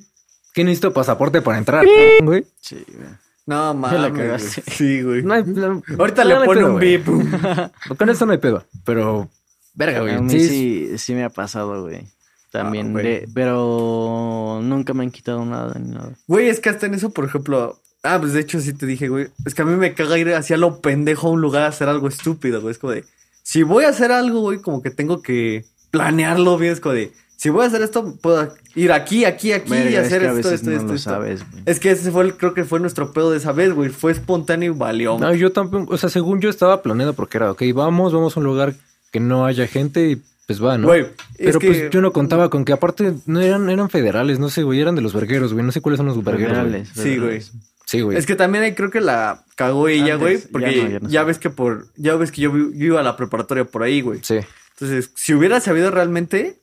[SPEAKER 1] ¿qué necesito pasaporte para entrar? güey?
[SPEAKER 3] Sí, güey.
[SPEAKER 2] No mames.
[SPEAKER 3] la
[SPEAKER 2] güey.
[SPEAKER 3] cagaste.
[SPEAKER 2] Sí, güey.
[SPEAKER 1] No hay- no-
[SPEAKER 2] Ahorita
[SPEAKER 1] no
[SPEAKER 2] le
[SPEAKER 1] hay
[SPEAKER 2] pone
[SPEAKER 1] pedo,
[SPEAKER 2] un
[SPEAKER 1] güey.
[SPEAKER 2] beep.
[SPEAKER 1] Con eso no hay pedo, pero... Verga, güey.
[SPEAKER 3] A mí
[SPEAKER 1] sí,
[SPEAKER 3] sí,
[SPEAKER 1] es-
[SPEAKER 3] sí, me ha pasado, güey. También,
[SPEAKER 2] Ah, güey.
[SPEAKER 3] de- pero nunca me han quitado nada ni nada.
[SPEAKER 2] Güey, es que hasta en eso, por ejemplo. Ah, pues de hecho sí te dije, güey. Es que a mí me caga ir hacia lo pendejo a un lugar a hacer algo estúpido, güey. Es como de. Si voy a hacer algo, güey, como que tengo que planearlo bien. Es como de. Si voy a hacer esto, puedo ir aquí, aquí, aquí
[SPEAKER 3] Verga,
[SPEAKER 2] y
[SPEAKER 3] es
[SPEAKER 2] hacer
[SPEAKER 3] que a
[SPEAKER 2] esto,
[SPEAKER 3] veces
[SPEAKER 2] esto,
[SPEAKER 3] no
[SPEAKER 2] esto,
[SPEAKER 3] lo
[SPEAKER 2] esto.
[SPEAKER 3] sabes, güey.
[SPEAKER 2] Es que ese fue el, creo que fue nuestro pedo de esa vez, güey. Fue espontáneo y valió.
[SPEAKER 1] No, yo tampoco, o sea, según yo estaba planeado porque era, ok, vamos, vamos a un lugar que no haya gente y pues va, ¿no?
[SPEAKER 2] Güey,
[SPEAKER 1] pero
[SPEAKER 2] es que-
[SPEAKER 1] pues yo no contaba con que aparte no eran, eran federales, no sé, güey, eran de los vergueros, güey, no sé cuáles son los vergueros. güey.
[SPEAKER 3] Federales,
[SPEAKER 2] Sí, güey.
[SPEAKER 3] federales.
[SPEAKER 1] Sí, güey.
[SPEAKER 2] Es que también ahí creo que la cagó ella,
[SPEAKER 3] Antes,
[SPEAKER 2] güey,
[SPEAKER 3] ya
[SPEAKER 2] porque ya,
[SPEAKER 3] no, ya no.
[SPEAKER 2] ves que por ya ves que yo, vi- yo iba a la preparatoria por ahí, güey.
[SPEAKER 1] Sí.
[SPEAKER 2] Entonces, si hubiera sabido realmente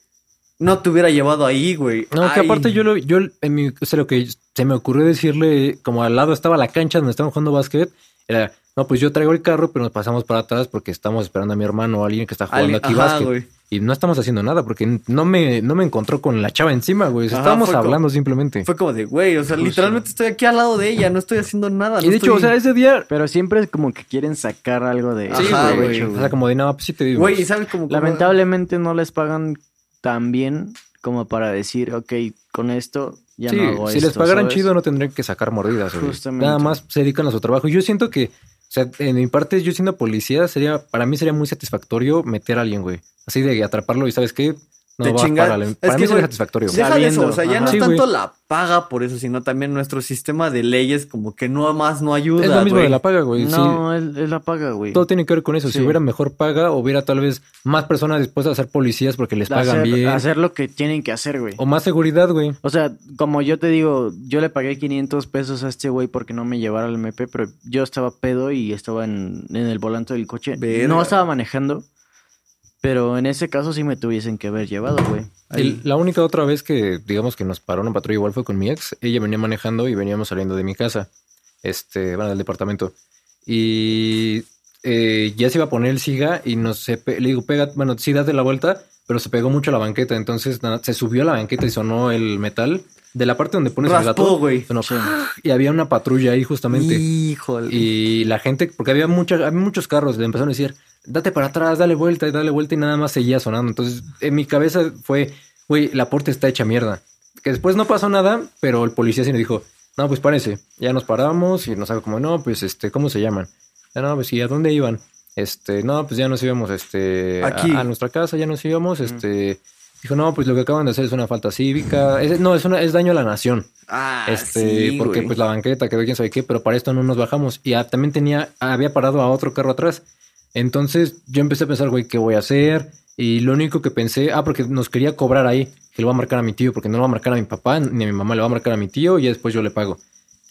[SPEAKER 2] no te hubiera llevado ahí, güey.
[SPEAKER 1] No, que
[SPEAKER 2] Ay.
[SPEAKER 1] aparte yo, lo, yo en mi, o sea, lo que se me ocurrió decirle, como al lado estaba la cancha donde estaban jugando básquet, era, no, pues yo traigo el carro, pero nos pasamos para atrás porque estamos esperando a mi hermano o a alguien que está jugando
[SPEAKER 2] Ale-
[SPEAKER 1] aquí
[SPEAKER 2] Ajá,
[SPEAKER 1] básquet.
[SPEAKER 2] güey.
[SPEAKER 1] Y no estamos haciendo nada porque no me, no me encontró con la chava encima, güey.
[SPEAKER 2] Ajá,
[SPEAKER 1] Estábamos
[SPEAKER 2] fue como-
[SPEAKER 1] hablando simplemente.
[SPEAKER 2] Fue como de, güey, o sea, literalmente estoy aquí al lado de ella, no estoy haciendo nada.
[SPEAKER 1] Y de hecho, o sea, ese día...
[SPEAKER 3] Pero siempre es como que quieren sacar algo de...
[SPEAKER 2] Sí,
[SPEAKER 3] Ajá,
[SPEAKER 2] güey.
[SPEAKER 3] güey.
[SPEAKER 1] O sea, como de nada, pues sí te digo.
[SPEAKER 2] güey, y sabes como
[SPEAKER 3] Lamentablemente no les pagan tan bien como para decir, ok, con esto ya
[SPEAKER 1] Sí,
[SPEAKER 3] no hago
[SPEAKER 1] si
[SPEAKER 3] esto,
[SPEAKER 1] les pagaran
[SPEAKER 3] ¿sabes?
[SPEAKER 1] chido no tendrían que sacar mordidas, güey.
[SPEAKER 3] Justamente.
[SPEAKER 1] Nada más se dedican a su trabajo. Yo siento que, o sea, en mi parte, yo siendo policía, sería, para mí sería muy satisfactorio meter a alguien, güey. Así de atraparlo y sabes qué, no
[SPEAKER 2] Te
[SPEAKER 1] va
[SPEAKER 2] chingas.
[SPEAKER 1] para, la-
[SPEAKER 2] Es
[SPEAKER 1] para
[SPEAKER 2] que,
[SPEAKER 1] mí sería
[SPEAKER 2] güey,
[SPEAKER 1] satisfactorio. güey.
[SPEAKER 3] sí,
[SPEAKER 2] Deja de eso, o
[SPEAKER 3] sabiendo,
[SPEAKER 2] sea, ya
[SPEAKER 3] ajá.
[SPEAKER 2] no es
[SPEAKER 1] Sí,
[SPEAKER 2] tanto
[SPEAKER 1] güey.
[SPEAKER 2] la paga por eso, sino también nuestro sistema de leyes como que no más no ayuda,
[SPEAKER 1] es lo mismo
[SPEAKER 2] güey.
[SPEAKER 1] de la paga, güey. Sí,
[SPEAKER 3] No, es, es la paga, güey.
[SPEAKER 1] todo tiene que ver con eso.
[SPEAKER 3] Sí.
[SPEAKER 1] Si hubiera mejor paga, hubiera tal vez más personas dispuestas a ser policías porque les pagan
[SPEAKER 3] hacer,
[SPEAKER 1] bien.
[SPEAKER 3] hacer lo que tienen que hacer, güey.
[SPEAKER 1] O más seguridad, güey.
[SPEAKER 3] O sea, como yo te digo, yo le pagué 500 pesos a este güey porque no me llevara al MP, pero yo estaba pedo y estaba en, en el volante del coche.
[SPEAKER 2] Verga.
[SPEAKER 3] No estaba manejando, pero en ese caso sí me tuviesen que haber llevado, güey.
[SPEAKER 1] El- la única otra vez que, digamos, que nos paró una patrulla igual fue con mi ex. Ella venía manejando y veníamos saliendo de mi casa, este, bueno, del departamento. Y eh, ya se iba a poner el siga y nos se pe- le digo, pega, bueno, sí, date la vuelta, pero se pegó mucho a la banqueta. Entonces nada, se subió a la banqueta y sonó el metal de la parte donde pones el
[SPEAKER 2] Raspó,
[SPEAKER 1] gato.
[SPEAKER 2] güey.
[SPEAKER 1] sonó, ¡ah! y había una patrulla ahí justamente.
[SPEAKER 2] Híjole.
[SPEAKER 1] Y la gente, porque había, muchas, había muchos carros, le empezaron a decir, date para atrás, dale vuelta y dale vuelta y nada más seguía sonando. Entonces, en mi cabeza fue, güey, la puerta está hecha mierda. Que después no pasó nada, pero el policía sí me dijo, no, pues parece, ya nos paramos y nos hago como, no, pues, este, ¿cómo se llaman? "Ah, No, pues, ¿y a dónde iban? Este, no, pues ya nos íbamos, este, a-
[SPEAKER 2] Aquí.
[SPEAKER 1] A, nuestra casa, ya nos íbamos, este, Dijo, no, pues lo que acaban de hacer es una falta cívica. Es- no, es, una, es daño a la nación.
[SPEAKER 2] Ah,
[SPEAKER 1] este,
[SPEAKER 2] sí,
[SPEAKER 1] porque
[SPEAKER 2] güey.
[SPEAKER 1] pues la banqueta quedó quién sabe qué, pero para esto no nos bajamos. Y ah, también tenía, había parado a otro carro atrás. Entonces yo empecé a pensar, güey, ¿qué voy a hacer? Y lo único que pensé, ah, porque nos quería cobrar ahí, que lo va a marcar a mi tío, porque no lo va a marcar a mi papá ni a mi mamá, le va a marcar a mi tío y ya después yo le pago.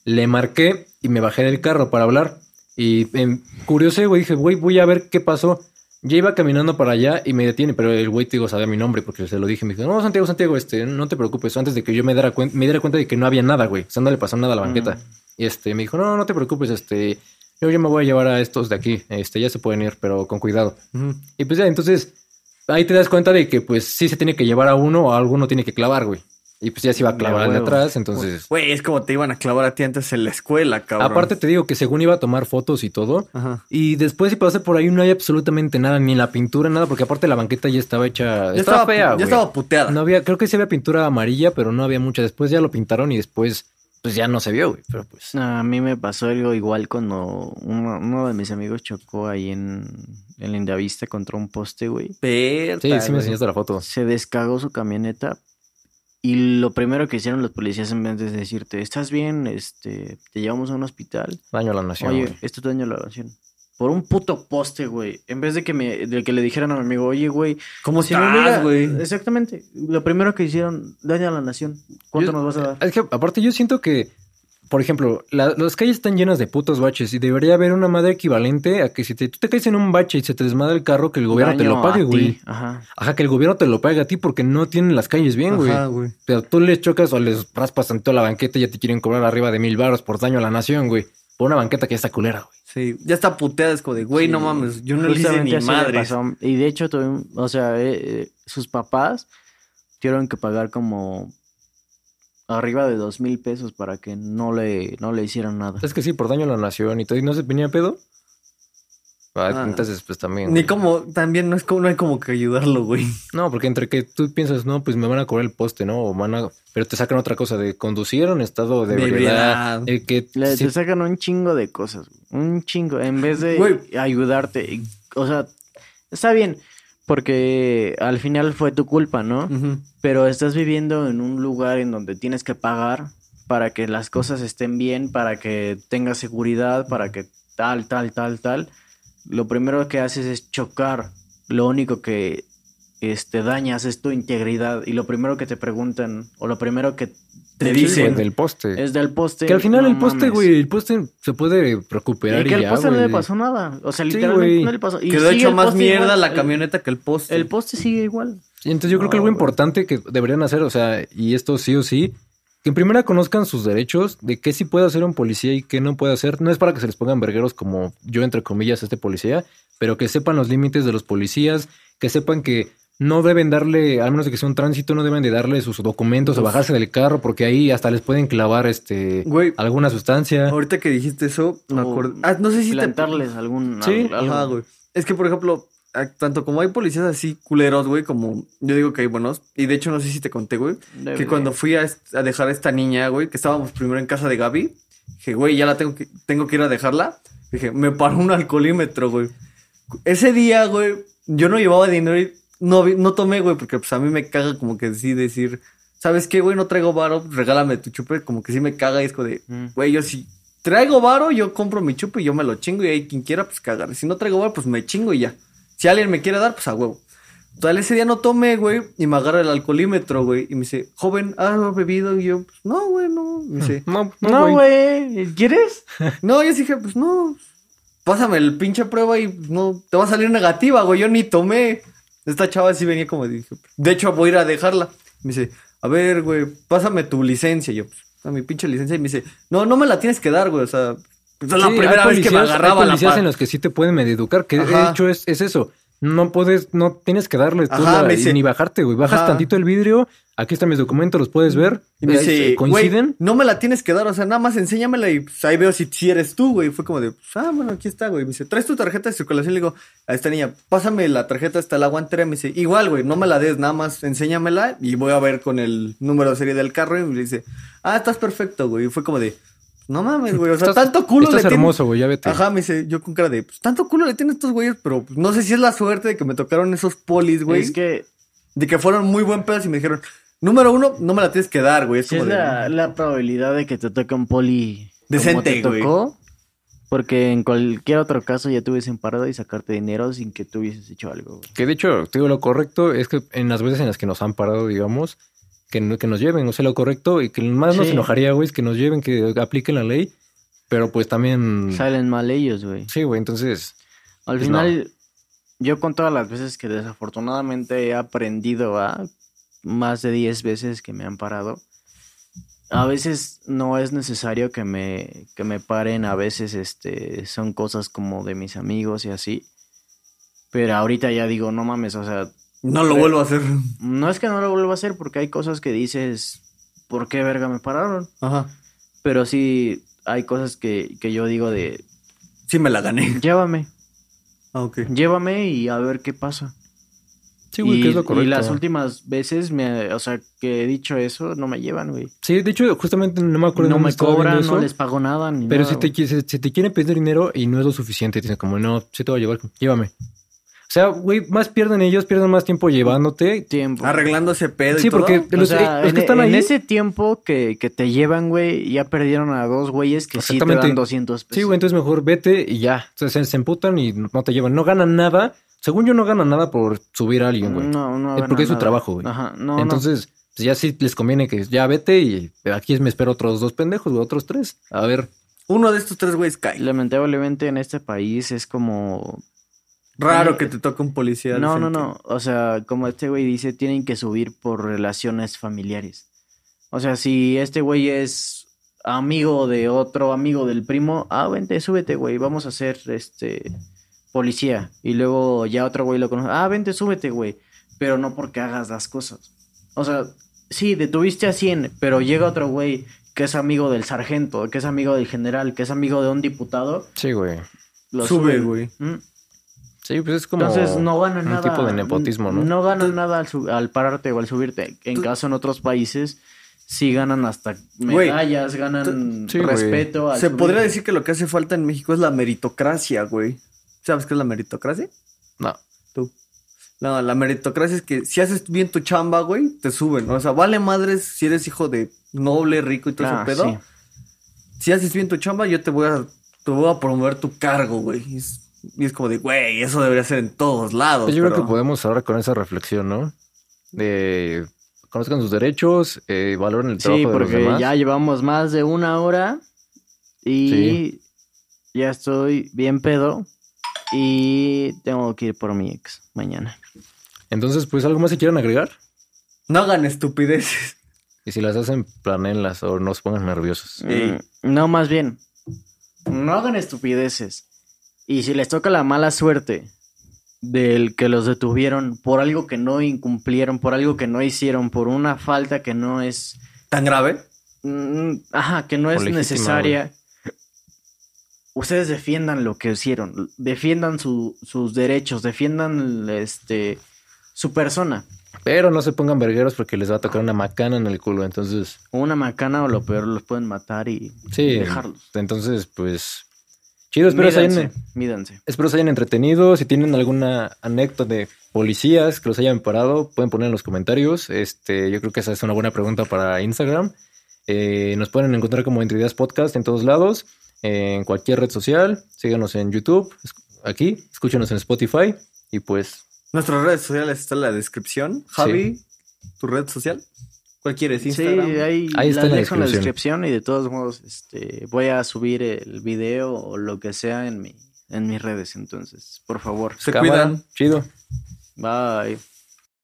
[SPEAKER 1] Le marqué y me bajé del carro para hablar. Y em, curiosé, güey, dije, güey, voy a ver qué pasó. Ya iba caminando para allá y me detiene, pero el güey, te digo, sabía mi nombre porque se lo dije. Me dijo, no, Santiago, Santiago, este, no te preocupes. Antes de que yo me diera, cuen- me diera cuenta de que no había nada, güey. O sea, no le pasó nada a la banqueta. Y este, me dijo, no, no te preocupes, este, yo ya me voy a llevar a estos de aquí. Este, ya se pueden ir, pero con cuidado.
[SPEAKER 2] Ujú.
[SPEAKER 1] Y pues ya, entonces, ahí te das cuenta de que, pues, sí se tiene que llevar a uno o a alguno tiene que clavar, güey. Y pues ya se iba a
[SPEAKER 3] De
[SPEAKER 1] clavar al de
[SPEAKER 3] huevo.
[SPEAKER 1] atrás, entonces...
[SPEAKER 2] Güey, es como te iban a clavar a ti antes en la escuela, cabrón.
[SPEAKER 1] Aparte te digo que según iba a tomar fotos y todo,
[SPEAKER 2] Ajá.
[SPEAKER 1] y después si pasé por ahí no hay absolutamente nada, ni la pintura, nada, porque aparte la banqueta ya estaba hecha...
[SPEAKER 2] Ya
[SPEAKER 1] estaba,
[SPEAKER 2] estaba,
[SPEAKER 1] fea,
[SPEAKER 2] ya
[SPEAKER 1] güey.
[SPEAKER 2] estaba puteada.
[SPEAKER 1] No había, creo que sí había pintura amarilla, pero no había mucha. Después ya lo pintaron y después, pues ya no se vio, güey. Pero pues...
[SPEAKER 3] A mí me pasó algo igual cuando uno, uno de mis amigos chocó ahí en, en Lindavista contra un poste, güey.
[SPEAKER 2] Perta,
[SPEAKER 1] Sí, sí me
[SPEAKER 2] güey.
[SPEAKER 1] enseñaste la foto.
[SPEAKER 3] Se descagó su camioneta y lo primero que hicieron los policías en vez de decirte, ¿estás bien? Este, te llevamos a un hospital.
[SPEAKER 1] Daño a la nación,
[SPEAKER 3] oye,
[SPEAKER 1] güey.
[SPEAKER 3] esto daño a la nación. Por un puto poste, güey. En vez de que me, de que le dijeran a mi amigo, oye, güey,
[SPEAKER 2] ¿Cómo
[SPEAKER 3] si no hubiera-
[SPEAKER 2] estás, güey?
[SPEAKER 3] Exactamente. Lo primero que hicieron, daño a la nación. ¿Cuánto
[SPEAKER 1] Yo-
[SPEAKER 3] nos vas a dar?
[SPEAKER 1] Es que aparte yo siento que, por ejemplo, la- las calles están llenas de putos baches y debería haber una madre equivalente a que si te- tú te caes en un bache y se te desmadra el carro, que el gobierno te
[SPEAKER 3] Daño
[SPEAKER 1] lo pague,
[SPEAKER 3] a ti.
[SPEAKER 1] güey.
[SPEAKER 3] Ajá.
[SPEAKER 1] Ajá, que el gobierno te lo pague a ti porque no tienen las calles bien, güey.
[SPEAKER 2] Ajá, güey.
[SPEAKER 1] O sea, tú les chocas o les raspas en toda la banqueta y ya te quieren cobrar arriba de mil baros por daño a la nación, güey. Por una banqueta que ya está culera, güey.
[SPEAKER 2] Sí, ya está puteada, es como de, güey, no
[SPEAKER 3] Sí.
[SPEAKER 2] mames, yo no le hice
[SPEAKER 3] Justamente
[SPEAKER 2] ni
[SPEAKER 3] así me
[SPEAKER 2] madre.
[SPEAKER 3] pasó. Y de hecho, tuvimos- o sea, eh, eh, sus papás tuvieron que pagar como arriba de dos mil pesos para que no le, no le hicieran nada.
[SPEAKER 1] Es que sí, por daño a la nación y todo. ¿Y no se venía pedo? Ah,
[SPEAKER 2] Ah.
[SPEAKER 1] entonces pues también.
[SPEAKER 2] Ni
[SPEAKER 1] güey.
[SPEAKER 2] como, también no es como, no hay como que ayudarlo, güey.
[SPEAKER 1] No, porque entre que tú piensas, no, pues me van a cobrar el poste, ¿no? O van a... Pero te sacan otra cosa de conducir en estado de
[SPEAKER 2] De
[SPEAKER 1] ebriedad.
[SPEAKER 2] ebriedad.
[SPEAKER 1] El que...
[SPEAKER 3] Le,
[SPEAKER 1] sí,
[SPEAKER 3] Te sacan un chingo de cosas, güey. un chingo, en vez de
[SPEAKER 2] Güey.
[SPEAKER 3] ayudarte. O sea, está bien, porque al final fue tu culpa, ¿no?
[SPEAKER 2] Ujú.
[SPEAKER 3] pero estás viviendo en un lugar en donde tienes que pagar para que las cosas estén bien, para que tengas seguridad, para que tal, tal, tal, tal. Lo primero que haces es chocar. Lo único que este, dañas es tu integridad. Y lo primero que te preguntan, o lo primero que te
[SPEAKER 2] Te
[SPEAKER 1] güey,
[SPEAKER 2] dicen,
[SPEAKER 3] dicen
[SPEAKER 1] del poste.
[SPEAKER 3] es del poste.
[SPEAKER 1] que al final
[SPEAKER 3] No
[SPEAKER 1] el poste,
[SPEAKER 3] mames.
[SPEAKER 1] güey, el poste se puede recuperar
[SPEAKER 3] Y
[SPEAKER 1] y,
[SPEAKER 3] que al
[SPEAKER 1] ya,
[SPEAKER 3] poste no
[SPEAKER 1] güey.
[SPEAKER 3] le pasó nada. O sea,
[SPEAKER 1] Sí,
[SPEAKER 3] literalmente
[SPEAKER 1] güey.
[SPEAKER 3] no le pasó. Y
[SPEAKER 2] Quedó
[SPEAKER 3] sigue
[SPEAKER 2] hecho
[SPEAKER 3] el
[SPEAKER 2] más
[SPEAKER 3] poste
[SPEAKER 2] mierda
[SPEAKER 3] igual.
[SPEAKER 2] la
[SPEAKER 3] El-
[SPEAKER 2] camioneta que el poste.
[SPEAKER 3] El poste sigue igual.
[SPEAKER 1] Y Entonces yo creo que
[SPEAKER 3] No,
[SPEAKER 1] algo
[SPEAKER 3] güey.
[SPEAKER 1] importante que deberían hacer, o sea, y esto sí o sí, que en primera conozcan sus derechos de qué sí puede hacer un policía y qué no puede hacer. No es para que se les pongan vergueros como yo, entre comillas, este policía, pero que sepan los límites de los policías, que sepan que no deben darle, al menos de que sea un tránsito, no deben de darle sus documentos o
[SPEAKER 2] Uf.
[SPEAKER 1] bajarse del carro porque ahí hasta les pueden clavar este
[SPEAKER 2] Güey,
[SPEAKER 1] alguna sustancia.
[SPEAKER 2] ahorita que dijiste eso, me
[SPEAKER 3] O
[SPEAKER 2] acordé. Ah, no sé si te...
[SPEAKER 3] Plantarles algún...
[SPEAKER 1] Sí,
[SPEAKER 3] al- algo.
[SPEAKER 2] Ajá, güey. Es que, por ejemplo, a- tanto como hay policías así culeros, güey, como yo digo que hay buenos, y de hecho no sé si te conté, güey, que
[SPEAKER 3] Debe-
[SPEAKER 2] cuando fui a, est- a dejar a esta niña, güey, que estábamos primero en casa de Gaby, dije, güey, ya la tengo que, tengo que ir a dejarla, dije, me paró un alcoholímetro, güey. Ese día, güey, yo no llevaba dinero y no, vi- no tomé, güey, porque pues a mí me caga como que sí decir, ¿sabes qué, güey? No traigo varo, regálame tu chupe, como que sí me caga y es como de,
[SPEAKER 3] Mm.
[SPEAKER 2] Güey, yo si traigo varo, yo compro mi chupo y yo me lo chingo y ahí quien quiera, pues cagar. Si no traigo varo, pues me chingo y ya. Si alguien me quiere dar, pues a huevo. Total, ese día no tomé, güey, y me agarra el alcoholímetro, güey, y me dice, joven, ¿has bebido? Y yo, pues, no, güey, no. Me dice,
[SPEAKER 1] No,
[SPEAKER 3] No, güey. ¿Quieres?
[SPEAKER 2] no, yo sí dije, pues no, pásame el pinche prueba y pues, no, te va a salir negativa, güey, yo ni tomé. Esta chava sí venía como, dije, de hecho voy a ir a dejarla. Me dice, a ver, güey, pásame tu licencia. Y yo, pues, a mi pinche licencia. Y me dice, no, no me la tienes que dar, güey, o sea, pues, es la
[SPEAKER 1] Sí,
[SPEAKER 2] primera
[SPEAKER 1] hay
[SPEAKER 2] vez que me
[SPEAKER 1] policías- hay
[SPEAKER 2] agarraba la
[SPEAKER 1] policías
[SPEAKER 2] pa-
[SPEAKER 1] en los que sí te pueden medio educar, que de
[SPEAKER 2] Ajá.
[SPEAKER 1] hecho es, es eso. No puedes, no tienes que darle tú
[SPEAKER 2] Ajá,
[SPEAKER 1] la-
[SPEAKER 2] me dice-
[SPEAKER 1] ni bajarte, güey. Bajas
[SPEAKER 2] Ajá.
[SPEAKER 1] tantito el vidrio, aquí están mis documentos, los puedes ver.
[SPEAKER 2] Y me
[SPEAKER 1] Eh,
[SPEAKER 2] dice,
[SPEAKER 1] ¿Coinciden?
[SPEAKER 2] Este, güey, no me la tienes que dar, o sea, nada más enséñamela y pues, ahí veo si, si eres tú, güey. Fue como de, pues, ah, bueno, aquí está, güey. Me dice, traes tu tarjeta de circulación. Le digo, a esta niña, pásame la tarjeta hasta la guantera. Me dice, igual, güey, no me la des, nada más enséñamela y voy a ver con el número de serie del carro. Y me dice, ah, estás perfecto, güey. Y fue como de, no mames, güey, o sea,
[SPEAKER 1] Estás-
[SPEAKER 2] tanto culo
[SPEAKER 1] Estás
[SPEAKER 2] le tienes-
[SPEAKER 1] hermoso, güey, ya vete.
[SPEAKER 2] Ajá, me dice, yo con cara de, pues tanto culo le tienen estos güeyes, pero pues, no sé si es la suerte de que me tocaron esos polis, güey.
[SPEAKER 3] Es que
[SPEAKER 2] De que fueron muy buen pedos y me dijeron, número uno, no me la tienes que dar, güey. Es
[SPEAKER 3] Sí,
[SPEAKER 2] como de,
[SPEAKER 3] es la, la probabilidad de que te toque un poli como
[SPEAKER 2] Decente,
[SPEAKER 3] te
[SPEAKER 2] güey.
[SPEAKER 3] tocó, porque en cualquier otro caso ya te hubiesen parado y sacarte dinero sin que tú hubieses hecho algo. güey.
[SPEAKER 1] Que de hecho, te digo, lo correcto es que en las veces en las que nos han parado, digamos, que, no- que nos lleven, o sea, lo correcto y que más nos
[SPEAKER 3] Sí.
[SPEAKER 1] enojaría, güey, es que nos lleven, que apliquen la ley, pero pues
[SPEAKER 2] Mm.
[SPEAKER 1] también...
[SPEAKER 3] Salen mal ellos, güey.
[SPEAKER 1] Sí, güey, entonces...
[SPEAKER 3] Al
[SPEAKER 1] Pues
[SPEAKER 3] final, yo con todas las veces que desafortunadamente he aprendido a más de 10 veces que me han parado, a veces no es necesario que me, que me paren, a veces este, son cosas como de mis amigos y así. Pero ahorita ya digo, no mames, o sea,
[SPEAKER 2] No lo vuelvo a hacer.
[SPEAKER 3] no es que no lo vuelva a hacer porque hay cosas que dices, ¿por qué verga me pararon?
[SPEAKER 2] Ajá.
[SPEAKER 3] Pero sí hay cosas que, que yo digo de,
[SPEAKER 2] Sí me la gané.
[SPEAKER 3] llévame,
[SPEAKER 2] Ah, ok.
[SPEAKER 3] llévame y a ver qué pasa.
[SPEAKER 1] Sí, güey,
[SPEAKER 3] y,
[SPEAKER 1] que es lo correcto.
[SPEAKER 3] y las últimas veces, me, o sea, que he dicho eso, no me llevan, güey.
[SPEAKER 1] Sí, de hecho, justamente no me acuerdo.
[SPEAKER 3] No
[SPEAKER 1] dónde
[SPEAKER 3] me
[SPEAKER 1] estaba viendo
[SPEAKER 3] cobran,
[SPEAKER 1] eso,
[SPEAKER 3] no les pago nada, ni
[SPEAKER 1] Pero
[SPEAKER 3] nada,
[SPEAKER 1] si te, qui-
[SPEAKER 3] güey.
[SPEAKER 1] si- si te quieren pedir dinero y no es lo suficiente, dicen como, no, sí te voy a llevar, llévame. O sea, güey, más pierden ellos, pierden más tiempo llevándote.
[SPEAKER 3] Tiempo.
[SPEAKER 2] Arreglando ese pedo
[SPEAKER 1] Sí,
[SPEAKER 2] y todo.
[SPEAKER 1] porque
[SPEAKER 3] O
[SPEAKER 1] los, eh,
[SPEAKER 3] sea,
[SPEAKER 1] los
[SPEAKER 3] en,
[SPEAKER 1] que están
[SPEAKER 3] en
[SPEAKER 1] ahí...
[SPEAKER 3] ese tiempo que, que te llevan, güey, ya perdieron a dos güeyes que sí te dan
[SPEAKER 1] Exactamente.
[SPEAKER 3] 200 pesos.
[SPEAKER 1] Sí, güey, entonces mejor vete y ya. O sea, se, se emputan y no te llevan. No ganan nada. Según yo, no ganan nada por subir a alguien, güey.
[SPEAKER 3] No, no.
[SPEAKER 1] Es
[SPEAKER 3] ganan
[SPEAKER 1] porque es su
[SPEAKER 3] nada.
[SPEAKER 1] trabajo, güey.
[SPEAKER 3] Ajá, no, no.
[SPEAKER 1] entonces, pues, ya sí les conviene que ya vete y aquí me espero otros dos pendejos, güey, otros tres. A ver.
[SPEAKER 2] Uno de estos tres güeyes cae.
[SPEAKER 3] Lamentablemente en este país es como.
[SPEAKER 2] Raro que te toque un policía.
[SPEAKER 3] No, no,
[SPEAKER 2] decente.
[SPEAKER 3] no. O sea, como este güey dice, tienen que subir por relaciones familiares. O sea, si este güey es amigo de otro amigo del primo, ah, vente, súbete, güey, vamos a ser este policía. Y luego ya otro güey lo conoce, ah, vente, súbete, güey. Pero no porque hagas las cosas. O sea, sí, detuviste a 100, pero llega otro güey que es amigo del sargento, que es amigo del general, que es amigo de un diputado.
[SPEAKER 1] Sí, güey.
[SPEAKER 3] Lo
[SPEAKER 2] Sube,
[SPEAKER 3] suben.
[SPEAKER 2] güey.
[SPEAKER 3] Mm.
[SPEAKER 1] Sí, pues es como.
[SPEAKER 3] Entonces no ganan
[SPEAKER 1] un
[SPEAKER 3] nada.
[SPEAKER 1] tipo de nepotismo, ¿no?
[SPEAKER 3] No ganan nada al, sub- al pararte o al subirte. En
[SPEAKER 2] Tú-
[SPEAKER 3] caso en otros países sí ganan hasta
[SPEAKER 2] Güey,
[SPEAKER 3] medallas, ganan
[SPEAKER 1] tú- sí, güey.
[SPEAKER 3] respeto. al
[SPEAKER 2] Se
[SPEAKER 3] subir.
[SPEAKER 2] podría decir que lo que hace falta en México es la meritocracia, güey. ¿Sabes qué es la meritocracia?
[SPEAKER 1] No.
[SPEAKER 2] Tú. No, la meritocracia es que si haces bien tu chamba, güey, te suben. O sea, vale madres si eres hijo de noble, rico y todo
[SPEAKER 3] Ah,
[SPEAKER 2] ese pedo.
[SPEAKER 3] sí.
[SPEAKER 2] Si haces bien tu chamba, yo te voy a, te voy a promover tu cargo, güey. Y es, y es como de, güey, eso debería ser en todos lados.
[SPEAKER 1] Pues yo creo
[SPEAKER 2] pero-
[SPEAKER 1] que podemos ahora con esa reflexión, ¿no? De conozcan sus derechos, eh, valoren el
[SPEAKER 3] Sí,
[SPEAKER 1] trabajo de los
[SPEAKER 3] porque
[SPEAKER 1] demás.
[SPEAKER 3] ya llevamos más de una hora y
[SPEAKER 1] Sí.
[SPEAKER 3] ya estoy bien pedo y tengo que ir por mi ex mañana.
[SPEAKER 1] Entonces, pues, ¿algo más que quieran agregar?
[SPEAKER 2] No hagan estupideces.
[SPEAKER 1] Y si las hacen, planéenlas o no se pongan nerviosos.
[SPEAKER 2] Sí.
[SPEAKER 3] Mm, No, más bien. No hagan estupideces. Y si les toca la mala suerte del que los detuvieron por algo que no incumplieron, por algo que no hicieron, por una falta que no es.
[SPEAKER 2] ¿Tan grave?
[SPEAKER 3] mm, Ajá, que no
[SPEAKER 1] O
[SPEAKER 3] es
[SPEAKER 1] legítima,
[SPEAKER 3] necesaria. Ustedes defiendan lo que hicieron. Defiendan su- sus derechos. Defiendan este, su persona.
[SPEAKER 1] Pero no se pongan vergueros porque les va a tocar una macana en el culo. Entonces,
[SPEAKER 3] Una macana o lo peor, los pueden matar y
[SPEAKER 1] sí.
[SPEAKER 3] dejarlos.
[SPEAKER 1] Entonces, pues, chido. Espero se, hayan,
[SPEAKER 3] Mídanse, mídanse.
[SPEAKER 1] espero se hayan entretenido. Si tienen alguna anécdota de policías que los hayan parado, pueden poner en los comentarios. Este, yo creo que esa es una buena pregunta para Instagram. Eh, nos pueden encontrar como Entre Ideas Podcast en todos lados, en cualquier red social. Síganos en YouTube, es- aquí, escúchenos en Spotify y pues
[SPEAKER 2] Nuestras redes sociales están en la descripción. Javi, tu red social. ¿Cuál quieres?
[SPEAKER 3] Sí,
[SPEAKER 2] Instagram.
[SPEAKER 3] ahí,
[SPEAKER 1] Ahí está
[SPEAKER 3] las
[SPEAKER 1] en la
[SPEAKER 3] dejo en la
[SPEAKER 1] descripción.
[SPEAKER 3] descripción y de todos modos este, voy a subir el video o lo que sea en, mi, en mis redes. Entonces, por favor.
[SPEAKER 2] Se
[SPEAKER 1] cámara,
[SPEAKER 2] cuidan.
[SPEAKER 1] Chido.
[SPEAKER 3] Bye.